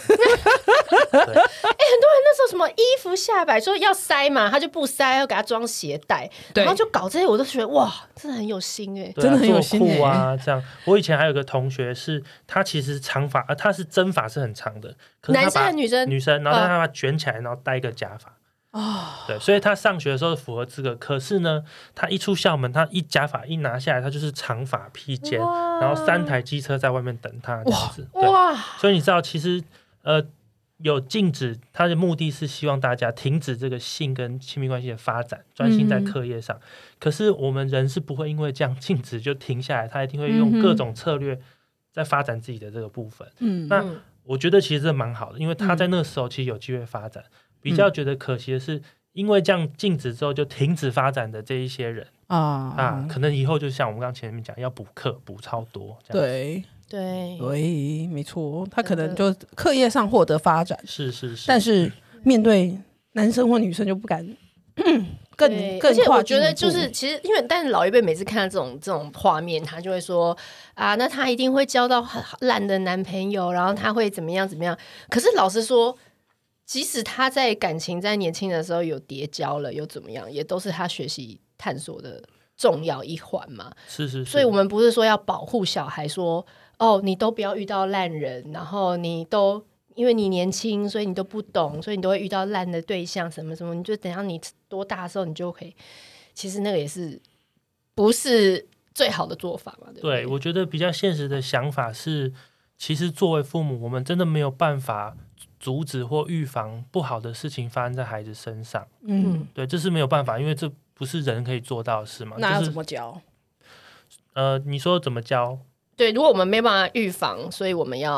[SPEAKER 2] 那时候什么衣服下摆说要塞嘛，他就不塞，要给他装鞋带，
[SPEAKER 4] 对
[SPEAKER 2] 然后就搞这些，我都觉得哇，真的很有心欸哎、
[SPEAKER 1] 对啊
[SPEAKER 4] 真的很有
[SPEAKER 1] 做
[SPEAKER 4] 心
[SPEAKER 1] 裤 啊， 这样。我以前还有个同学是，他其实长发，呃、他是真发是很长的，可是他
[SPEAKER 2] 男生
[SPEAKER 1] 把
[SPEAKER 2] 还是女生
[SPEAKER 1] 女生，然后
[SPEAKER 2] 嗯
[SPEAKER 1] 他把它卷起来，然后戴一个假发。哦，对，所以他上学的时候符合资格，可是呢，他一出校门，他一假发一拿下来，他就是长发披肩，
[SPEAKER 2] 哇
[SPEAKER 1] 然后三台机车在外面等他这样子。对，
[SPEAKER 2] 哇，
[SPEAKER 1] 所以你知道，其实呃，有禁止它的目的是希望大家停止这个性跟亲密关系的发展，专心在课业上。可是我们人是不会因为这样禁止就停下来，他一定会用各种策略在发展自己的这个部分。
[SPEAKER 4] 嗯
[SPEAKER 1] 那
[SPEAKER 2] 嗯
[SPEAKER 1] 我觉得其实这蛮好的，因为他在那个时候其实有机会发展。比较觉得可惜的是。因为这样禁止之后就停止发展的这一些人、啊
[SPEAKER 4] 啊，，
[SPEAKER 1] 可能以后就像我们刚前面讲，要补课补超多这样。
[SPEAKER 4] 对
[SPEAKER 2] 对，
[SPEAKER 4] 对，没错，他可能
[SPEAKER 2] 真
[SPEAKER 4] 就课业上获得发展，
[SPEAKER 1] 是是是。
[SPEAKER 4] 但是面对男生或女生就不敢更
[SPEAKER 2] 对
[SPEAKER 4] 更
[SPEAKER 2] 而且
[SPEAKER 4] 跨
[SPEAKER 2] 我
[SPEAKER 4] 进
[SPEAKER 2] 觉
[SPEAKER 4] 一步。
[SPEAKER 2] 得就是其实因为，但是老一辈每次看到这种这种画面，他就会说啊，那他一定会交到很烂的男朋友，然后他会怎么样怎么样。可是老实说，即使他在感情在年轻的时候有叠交了，有怎么样，也都是他学习探索的重要一环嘛。
[SPEAKER 1] 是是是，
[SPEAKER 2] 所以我们不是说要保护小孩说，哦，你都不要遇到烂人，然后你都因为你年轻，所以你都不懂，所以你都会遇到烂的对象，什么什么，你就等到你多大的时候，你就可以。其实那个也是不是最好的做法嘛？对不
[SPEAKER 1] 对，
[SPEAKER 2] 对？
[SPEAKER 1] 我觉得比较现实的想法是，其实作为父母，我们真的没有办法阻止或预防不好的事情发生在孩子身上。
[SPEAKER 4] 嗯，
[SPEAKER 1] 对，这是没有办法，因为这不是人可以做到的事嘛。
[SPEAKER 3] 那要
[SPEAKER 1] 就
[SPEAKER 3] 怎
[SPEAKER 1] 是
[SPEAKER 3] 么教？
[SPEAKER 1] 呃，你说怎么教？
[SPEAKER 2] 对，如果我们没办法预防，所以我们要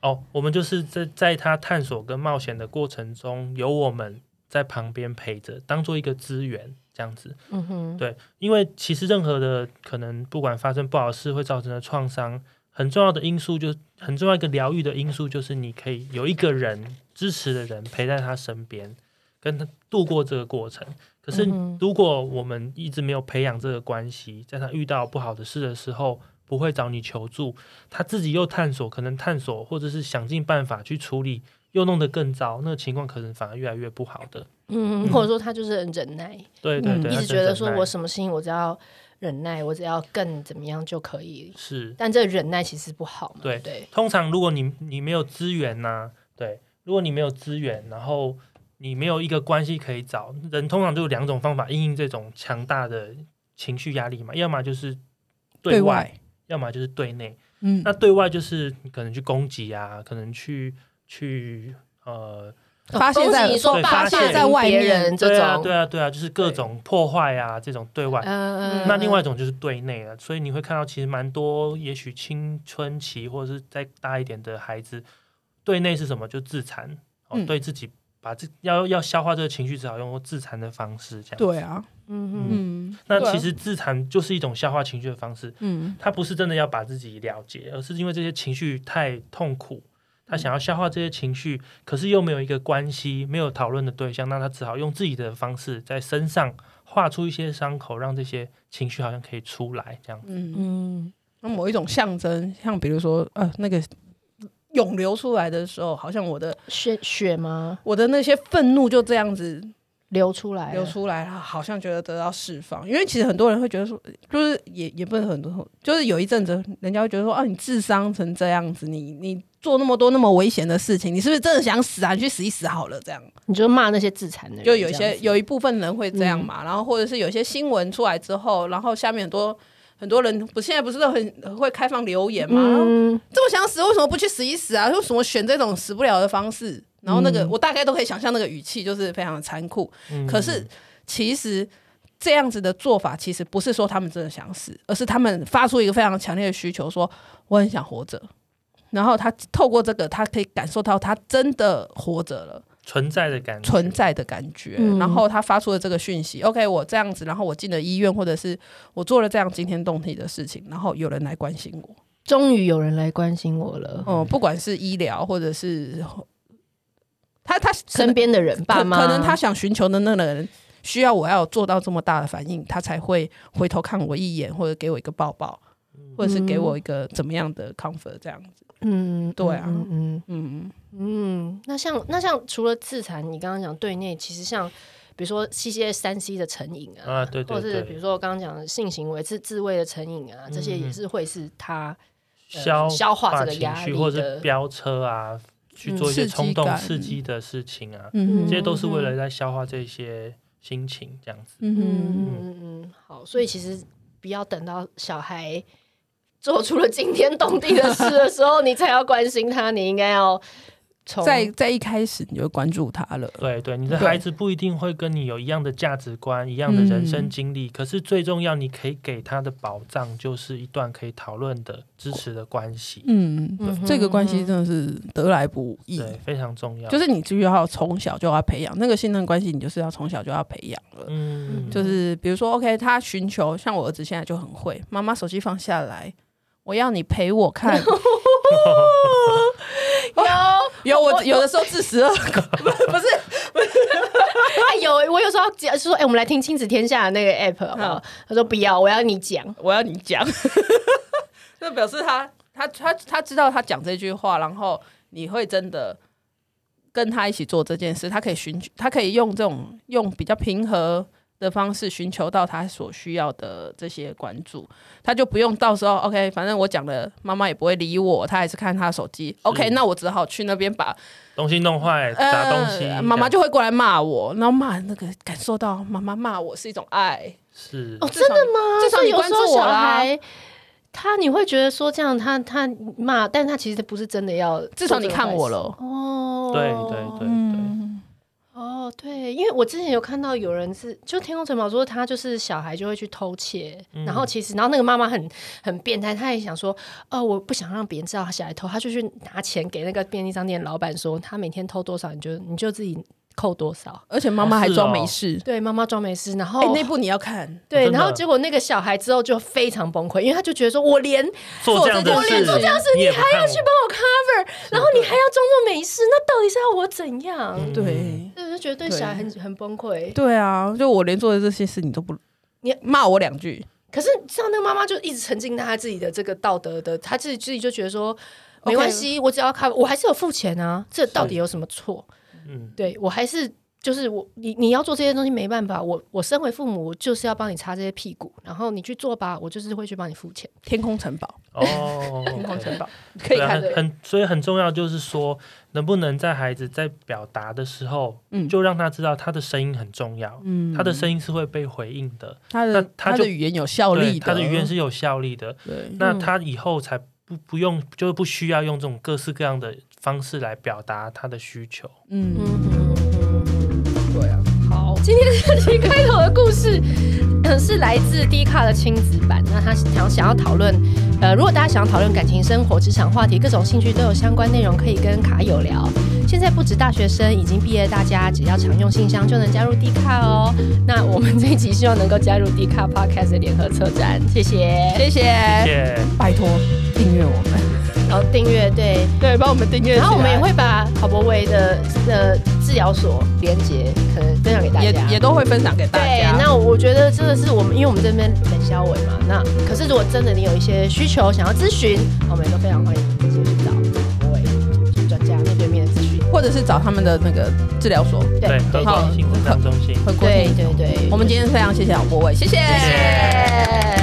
[SPEAKER 1] 哦，我们就是在在他探索跟冒险的过程中，有我们在旁边陪着，当做一个资源这样子。
[SPEAKER 2] 嗯哼，
[SPEAKER 1] 对，因为其实任何的可能，不管发生不好的事会造成的创伤，很重要的因素就很重要一个疗愈的因素就是你可以有一个人支持的人陪在他身边，跟他度过这个过程。可是
[SPEAKER 2] 嗯哼
[SPEAKER 1] 如果我们一直没有培养这个关系，在他遇到不好的事的时候，不会找你求助，他自己又探索，可能探索或者是想尽办法去处理，又弄得更糟，那个情况可能反而越来越不好的。
[SPEAKER 2] 嗯哼，或者说他就是很忍耐，
[SPEAKER 1] 对对
[SPEAKER 4] 嗯
[SPEAKER 1] 对，
[SPEAKER 2] 一
[SPEAKER 1] 他
[SPEAKER 2] 直
[SPEAKER 1] 真
[SPEAKER 2] 觉得
[SPEAKER 1] 忍
[SPEAKER 2] 说
[SPEAKER 1] 耐
[SPEAKER 2] 我什么事情我只要忍耐，我只要更怎么样就可以。
[SPEAKER 1] 是
[SPEAKER 2] 但这忍耐其实不好嘛，
[SPEAKER 1] 对
[SPEAKER 2] 对，
[SPEAKER 1] 通常如果你你没有资源呐、对，如果你没有资源，然后你没有一个关系可以找，人通常就有两种方法应应这种强大的情绪压力嘛，要么就是对
[SPEAKER 4] 对
[SPEAKER 1] 外，
[SPEAKER 4] 外，
[SPEAKER 1] 要么就是对内。
[SPEAKER 4] 嗯，
[SPEAKER 1] 那对外就是你可能去攻击啊，可能去去呃，
[SPEAKER 4] 发泄在
[SPEAKER 2] 恭喜你说
[SPEAKER 1] 对
[SPEAKER 2] 霸
[SPEAKER 1] 发泄
[SPEAKER 2] 霸凌
[SPEAKER 4] 在外面
[SPEAKER 2] 别人这
[SPEAKER 1] 对
[SPEAKER 2] 种，
[SPEAKER 1] 啊对啊对啊，就是各种破坏啊这种对外。
[SPEAKER 2] 嗯
[SPEAKER 1] 那另外一种就是对内了，所以你会看到其实蛮多，也许青春期或者是再大一点的孩子，对内是什么？就自残，哦，
[SPEAKER 4] 嗯
[SPEAKER 1] 对自己把这要要消化这个情绪，只好用自残的方式这样。
[SPEAKER 4] 对啊，
[SPEAKER 2] 嗯嗯
[SPEAKER 4] 嗯
[SPEAKER 1] 那
[SPEAKER 4] 对啊
[SPEAKER 1] 其实自残就是一种消化情绪的方式，
[SPEAKER 4] 嗯
[SPEAKER 1] 他不是真的要把自己了结，而是因为这些情绪太痛苦，他想要消化这些情绪，可是又没有一个关系，没有讨论的对象，那他只好用自己的方式在身上画出一些伤口，让这些情绪好像可以出来这样。
[SPEAKER 4] 嗯，
[SPEAKER 2] 嗯，
[SPEAKER 4] 那某一种象征，像比如说呃那个涌流出来的时候，好像我的
[SPEAKER 2] 血血吗？
[SPEAKER 4] 我的那些愤怒就这样子
[SPEAKER 2] 流出来了，
[SPEAKER 4] 流出来，好像觉得得到释放。因为其实很多人会觉得说，就是也也不是很多，就是有一阵子人家会觉得说，啊，你智商成这样子，你你做那么多那么危险的事情，你是不是真的想死啊？你去死一死好了，这样。
[SPEAKER 2] 你就骂那些自残的人，
[SPEAKER 4] 就有一
[SPEAKER 2] 哎这样
[SPEAKER 4] 些
[SPEAKER 2] 子嗯
[SPEAKER 4] 有一部分人会这样嘛，然后或者是有一些新闻出来之后，然后下面很多。很多人不现在不是都很很会开放留言嘛？然后
[SPEAKER 2] 嗯，
[SPEAKER 4] 这么想死，为什么不去死一死啊？为什么选这种死不了的方式？
[SPEAKER 3] 然后那个、
[SPEAKER 1] 嗯
[SPEAKER 3] 我大概都可以想象那个语气就是非常的残酷。
[SPEAKER 1] 嗯
[SPEAKER 3] 可是其实这样子的做法，其实不是说他们真的想死，而是他们发出一个非常强烈的需求，说我很想活着。然后他透过这个，他可以感受到他真的活着了。
[SPEAKER 1] 存在的感觉，
[SPEAKER 3] 存在的感觉。
[SPEAKER 2] 嗯
[SPEAKER 3] 然后他发出了这个讯息，OK，我这样子，然后我进了医院，或者是我做了这样惊天动地的事情，然后有人来关心我。
[SPEAKER 2] 终于有人来关心我了，
[SPEAKER 4] 哦
[SPEAKER 3] 嗯，不管是医疗或者是他他可
[SPEAKER 2] 身
[SPEAKER 3] 能
[SPEAKER 2] 边的人，爸
[SPEAKER 3] 可
[SPEAKER 2] 妈，
[SPEAKER 3] 可能他想寻求的那个人。需要我要做到这么大的反应，他才会回头看我一眼，或者给我一个抱抱，
[SPEAKER 1] 嗯
[SPEAKER 3] 或者是给我一个怎么样的 comfort 这样子。
[SPEAKER 2] 嗯，
[SPEAKER 3] 对啊
[SPEAKER 2] 嗯嗯
[SPEAKER 3] 嗯，
[SPEAKER 2] 嗯，那像那像除了自残，你刚刚讲对内，其实像比如说一些三 C 的成瘾啊，
[SPEAKER 1] 啊对对
[SPEAKER 2] 或是
[SPEAKER 1] 对嗯
[SPEAKER 2] 比如说我刚刚讲的性行为是自慰的成瘾啊，这些也是会是他
[SPEAKER 1] 消
[SPEAKER 2] 呃消化这个
[SPEAKER 1] 情
[SPEAKER 2] 压
[SPEAKER 1] 绪，
[SPEAKER 2] 力
[SPEAKER 1] 或者
[SPEAKER 2] 的
[SPEAKER 1] 是飙车啊，去做一
[SPEAKER 3] 刺
[SPEAKER 1] 些
[SPEAKER 3] 激
[SPEAKER 1] 冲动
[SPEAKER 3] 感
[SPEAKER 1] 刺激的事情啊，
[SPEAKER 3] 嗯
[SPEAKER 1] 这些都是为
[SPEAKER 2] 嗯
[SPEAKER 1] 了在消化这些心情这样子。
[SPEAKER 3] 嗯
[SPEAKER 2] 嗯
[SPEAKER 3] 嗯
[SPEAKER 2] 嗯嗯嗯，好，所以其实不要等到小孩做出了惊天动地的事的时候，你才要关心他，你应该要从
[SPEAKER 3] 在在一开始你就关注他了。
[SPEAKER 1] 对对，你的
[SPEAKER 3] 对
[SPEAKER 1] 孩子不一定会跟你有一样的价值观、一样的人生经
[SPEAKER 3] 嗯
[SPEAKER 1] 历，可是最重要，你可以给他的保障就是一段可以讨论的、支持的关系，
[SPEAKER 3] 嗯，
[SPEAKER 2] 嗯哼
[SPEAKER 3] 这个关系
[SPEAKER 2] 嗯哼
[SPEAKER 3] 真的是得来不易。
[SPEAKER 1] 对，非常重要。
[SPEAKER 3] 嗯就是你就要从小就要培养那个信任关系，你就是要从小就要培养了。
[SPEAKER 1] 嗯，
[SPEAKER 3] 就是比如说，OK，他寻求像我儿子现在就很会，妈妈手机放下来，我要你陪 我看。
[SPEAKER 2] 有哎
[SPEAKER 3] 有我有的时候自食恶果， 不是
[SPEAKER 2] 有我有时候讲说哎、我们来听亲子天下的那个 app 好不好？他说不要，我要你讲。
[SPEAKER 3] 我要你讲。 那表示他他他他知道他讲这句话，然后你会真的跟他一起做这件事，他可以寻求，他可以用这种用比较平和的方式寻求到他所需要的这些关注，他就不用到时候 OK，反正我讲了，妈妈也不会理我，他还是看他的手机，OK，那我只好去那边把呃
[SPEAKER 1] 东西弄坏、
[SPEAKER 3] 哎
[SPEAKER 1] 砸东西，
[SPEAKER 3] 妈妈
[SPEAKER 1] 这
[SPEAKER 3] 就会过来骂我，然后骂那个感受到妈妈骂我是一种爱，
[SPEAKER 1] 样是
[SPEAKER 2] 哦，
[SPEAKER 3] 至
[SPEAKER 2] 真
[SPEAKER 3] 少
[SPEAKER 2] 的
[SPEAKER 3] 你
[SPEAKER 2] 吗？
[SPEAKER 3] 至少
[SPEAKER 2] 所以
[SPEAKER 3] 你
[SPEAKER 2] 有
[SPEAKER 3] 关
[SPEAKER 2] 时候
[SPEAKER 3] 注我
[SPEAKER 2] 小
[SPEAKER 3] 啦。
[SPEAKER 2] 孩，他你会觉得说这样他他骂，但他其实不是真的要，
[SPEAKER 3] 至少你看我。了，
[SPEAKER 2] 哦，
[SPEAKER 1] 对对对对，
[SPEAKER 3] 嗯，
[SPEAKER 2] 哦，对，因为我之前有看到有人是，就天空城堡说他就是小孩就会去偷窃，然后其实，然后那个妈妈很很变态，她也想说，哦，我不想让别人知道他小孩偷，她就去拿钱给那个便利商店老板说，他每天偷多少，你就你就自己扣多少。
[SPEAKER 3] 而且妈妈还
[SPEAKER 1] 是哦
[SPEAKER 3] 装没事。
[SPEAKER 2] 对，妈妈装没事，然后、
[SPEAKER 3] 哎、那部你要看，
[SPEAKER 2] 对，
[SPEAKER 1] 真的
[SPEAKER 2] 然后结果那个小孩之后就非常崩溃，因为他就觉得说，我连
[SPEAKER 1] 做这样的
[SPEAKER 3] 做这件
[SPEAKER 1] 事，
[SPEAKER 3] 做这
[SPEAKER 2] 样的事
[SPEAKER 1] 你还要去
[SPEAKER 2] 帮我 cover，然后你还要装作没事，那到底是要我怎样？
[SPEAKER 1] 嗯
[SPEAKER 3] 对
[SPEAKER 2] 对，就觉得对小孩很很崩溃。
[SPEAKER 3] 对啊，就我连做的这些事你都不，
[SPEAKER 2] 你
[SPEAKER 3] 骂我两句，
[SPEAKER 2] 可是像那个妈妈就一直沉浸在她自己的这个道德的，她自己自己就觉得说。没关系我只要看，我还是有付钱啊，这到底有什么错？
[SPEAKER 1] 嗯，
[SPEAKER 2] 对我还是就是我，你你要做这些东西没办法，我我身为父母，我就是要帮你擦这些屁股，然后你去做吧，我就是会去帮你付钱。
[SPEAKER 3] 天空城堡，
[SPEAKER 1] 哦，
[SPEAKER 3] 天空
[SPEAKER 1] OK
[SPEAKER 3] 城堡可
[SPEAKER 1] 对
[SPEAKER 3] 以
[SPEAKER 1] 啊
[SPEAKER 3] 看
[SPEAKER 1] 很很，所以很重要就是说，能不能在孩子在表达的时候，
[SPEAKER 3] 嗯
[SPEAKER 1] 就让他知道他的声音很重要，
[SPEAKER 3] 嗯
[SPEAKER 1] 他的声音是会被回应的，
[SPEAKER 3] 他
[SPEAKER 1] 那
[SPEAKER 3] 的
[SPEAKER 1] 他
[SPEAKER 3] 他
[SPEAKER 1] 就
[SPEAKER 3] 的嗯语言有效
[SPEAKER 1] 对
[SPEAKER 3] 力
[SPEAKER 1] 他的语言是有效力的，
[SPEAKER 3] 对，
[SPEAKER 1] 那他以后才不不用，就是不需要用这种各式各样的方式来表达他的需求。
[SPEAKER 3] 嗯，
[SPEAKER 2] 嗯，
[SPEAKER 3] 对啊，
[SPEAKER 2] 好，今天这期开头的故事，嗯，是来自 D 卡的亲子版。那他想想要讨论，呃，如果大家想要讨论感情生活、职场话题，各种兴趣都有相关内容可以跟卡友聊。现在不止大学生，已经毕业的大家，只要常用信箱就能加入 D 卡哦。那我们这一集希望能够加入 D 卡 Podcast 的联合策展，谢谢。
[SPEAKER 3] 谢谢，
[SPEAKER 1] 谢谢。
[SPEAKER 3] 拜托订阅我们，
[SPEAKER 2] 然后订阅对，
[SPEAKER 3] 对，帮我们订阅起
[SPEAKER 2] 然
[SPEAKER 3] 来，
[SPEAKER 2] 后我们也会把郝博维的呃治疗所连接可能分享给大家，
[SPEAKER 3] 也也都会分享给大
[SPEAKER 2] 对
[SPEAKER 3] 家，，
[SPEAKER 2] 那我觉得这个是我们，因为我们这边冷销委嘛，那可是如果真的你有一些需求想要咨询，我们也都非常欢迎直接去找我位专家面对面的咨询。
[SPEAKER 3] 或者是找他们的那个治疗所
[SPEAKER 1] 对，何
[SPEAKER 3] 好
[SPEAKER 1] 光心智障中心。
[SPEAKER 3] 回国
[SPEAKER 2] 对
[SPEAKER 3] 听。
[SPEAKER 2] 对对，
[SPEAKER 3] 我们今天非常谢谢老博伟，谢谢
[SPEAKER 2] 谢谢。